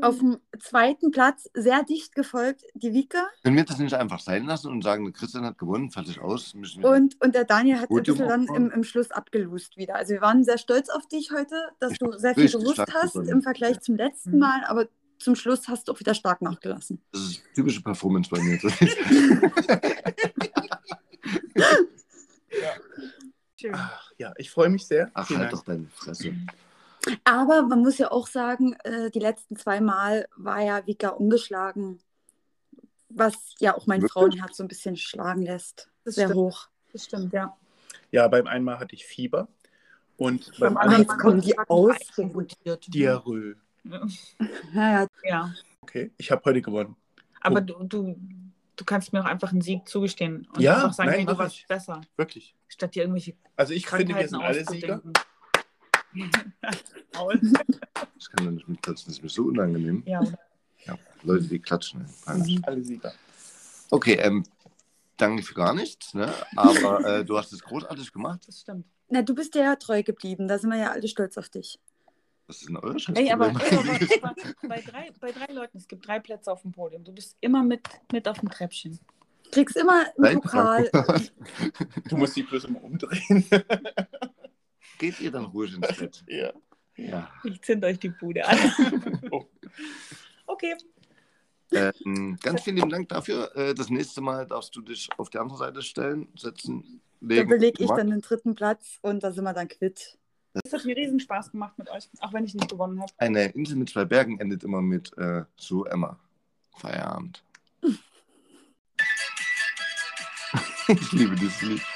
[SPEAKER 5] Auf dem zweiten Platz, sehr dicht gefolgt, die Vika.
[SPEAKER 2] Können wir das nicht einfach sein lassen und sagen, der Christian hat gewonnen, fertig aus? Müssen wir-
[SPEAKER 5] Und, und der Daniel hat ein
[SPEAKER 2] Mhm. Gut,
[SPEAKER 5] bisschen dann
[SPEAKER 2] Junge.
[SPEAKER 5] im, im Schluss abgelust wieder. Also wir waren sehr stolz auf dich heute, dass du sehr viel
[SPEAKER 2] richtig
[SPEAKER 5] gewusst
[SPEAKER 2] stark
[SPEAKER 5] hast
[SPEAKER 2] gewonnen.
[SPEAKER 5] im Vergleich zum letzten
[SPEAKER 4] Mhm.
[SPEAKER 5] Mal, aber zum Schluss hast du auch wieder stark nachgelassen.
[SPEAKER 2] Das ist typische Performance bei mir.
[SPEAKER 4] Schön.
[SPEAKER 3] Ja, ich freue mich sehr.
[SPEAKER 2] Ach,
[SPEAKER 3] Vielen
[SPEAKER 2] halt
[SPEAKER 3] Dank.
[SPEAKER 2] doch deine Fresse.
[SPEAKER 5] Aber man muss ja auch sagen, äh, die letzten zwei Mal war ja Vika ungeschlagen, was ja auch mein
[SPEAKER 2] Wirklich?
[SPEAKER 5] Frauenherz so ein bisschen schlagen lässt.
[SPEAKER 4] Das
[SPEAKER 5] sehr
[SPEAKER 4] stimmt.
[SPEAKER 5] hoch.
[SPEAKER 4] Das stimmt, ja.
[SPEAKER 3] Ja, beim einen Mal hatte ich Fieber und beim
[SPEAKER 4] Beim
[SPEAKER 5] Aber
[SPEAKER 3] anderen
[SPEAKER 5] jetzt kommen die aus.
[SPEAKER 3] Diarrhoe.
[SPEAKER 5] Naja,
[SPEAKER 4] Ja,
[SPEAKER 3] Okay, ich habe heute gewonnen.
[SPEAKER 4] aber du, du, du kannst mir auch einfach einen Sieg zugestehen und
[SPEAKER 3] Oh. Ja,
[SPEAKER 4] einfach sagen,
[SPEAKER 3] nein,
[SPEAKER 4] hey, du
[SPEAKER 3] mach
[SPEAKER 4] warst
[SPEAKER 3] ich.
[SPEAKER 4] besser,
[SPEAKER 3] Wirklich.
[SPEAKER 4] statt dir irgendwelche
[SPEAKER 3] Also ich finde, wir
[SPEAKER 4] Krankheiten
[SPEAKER 3] sind alle Sieger.
[SPEAKER 4] auszudenken.
[SPEAKER 2] Ich kann da nicht mitklatschen, das ist mir so unangenehm.
[SPEAKER 4] [laughs] ja, oder?
[SPEAKER 2] Ja, Leute, die klatschen. ey.
[SPEAKER 3] Alle Sieger.
[SPEAKER 2] Okay, ähm, danke für gar nichts, ne? aber äh, du hast es großartig gemacht.
[SPEAKER 3] [laughs]
[SPEAKER 4] das stimmt.
[SPEAKER 5] na, du bist dir ja treu geblieben, da sind wir ja alle stolz auf dich.
[SPEAKER 2] Das ist ein euer Scheiß.
[SPEAKER 4] Ey, aber, ey, [laughs]
[SPEAKER 2] [laughs]
[SPEAKER 4] aber, aber bei, drei, bei drei Leuten, es gibt drei Plätze auf dem Podium. Du bist immer mit, mit auf dem Treppchen.
[SPEAKER 5] Kriegst immer einen
[SPEAKER 2] Nein,
[SPEAKER 5] Pokal.
[SPEAKER 3] Du musst die bloß immer umdrehen.
[SPEAKER 2] [laughs]
[SPEAKER 3] [laughs]
[SPEAKER 2] Geht ihr dann ruhig ins Bett?
[SPEAKER 3] ja.
[SPEAKER 2] Ja.
[SPEAKER 4] Ich zünd euch die Bude an.
[SPEAKER 3] [laughs] Oh.
[SPEAKER 4] Okay.
[SPEAKER 2] Ähm, ganz vielen lieben Dank dafür. Äh, das nächste Mal darfst du dich auf die andere Seite stellen, setzen,
[SPEAKER 5] Da
[SPEAKER 2] legen.
[SPEAKER 5] belege ich dann den dritten Platz und da sind wir dann quitt.
[SPEAKER 4] Es hat mir riesen Spaß gemacht mit euch, auch wenn ich nicht gewonnen habe.
[SPEAKER 2] Eine Insel mit zwei Bergen endet immer mit äh, so Emma. Feierabend. ich liebe dieses Lied.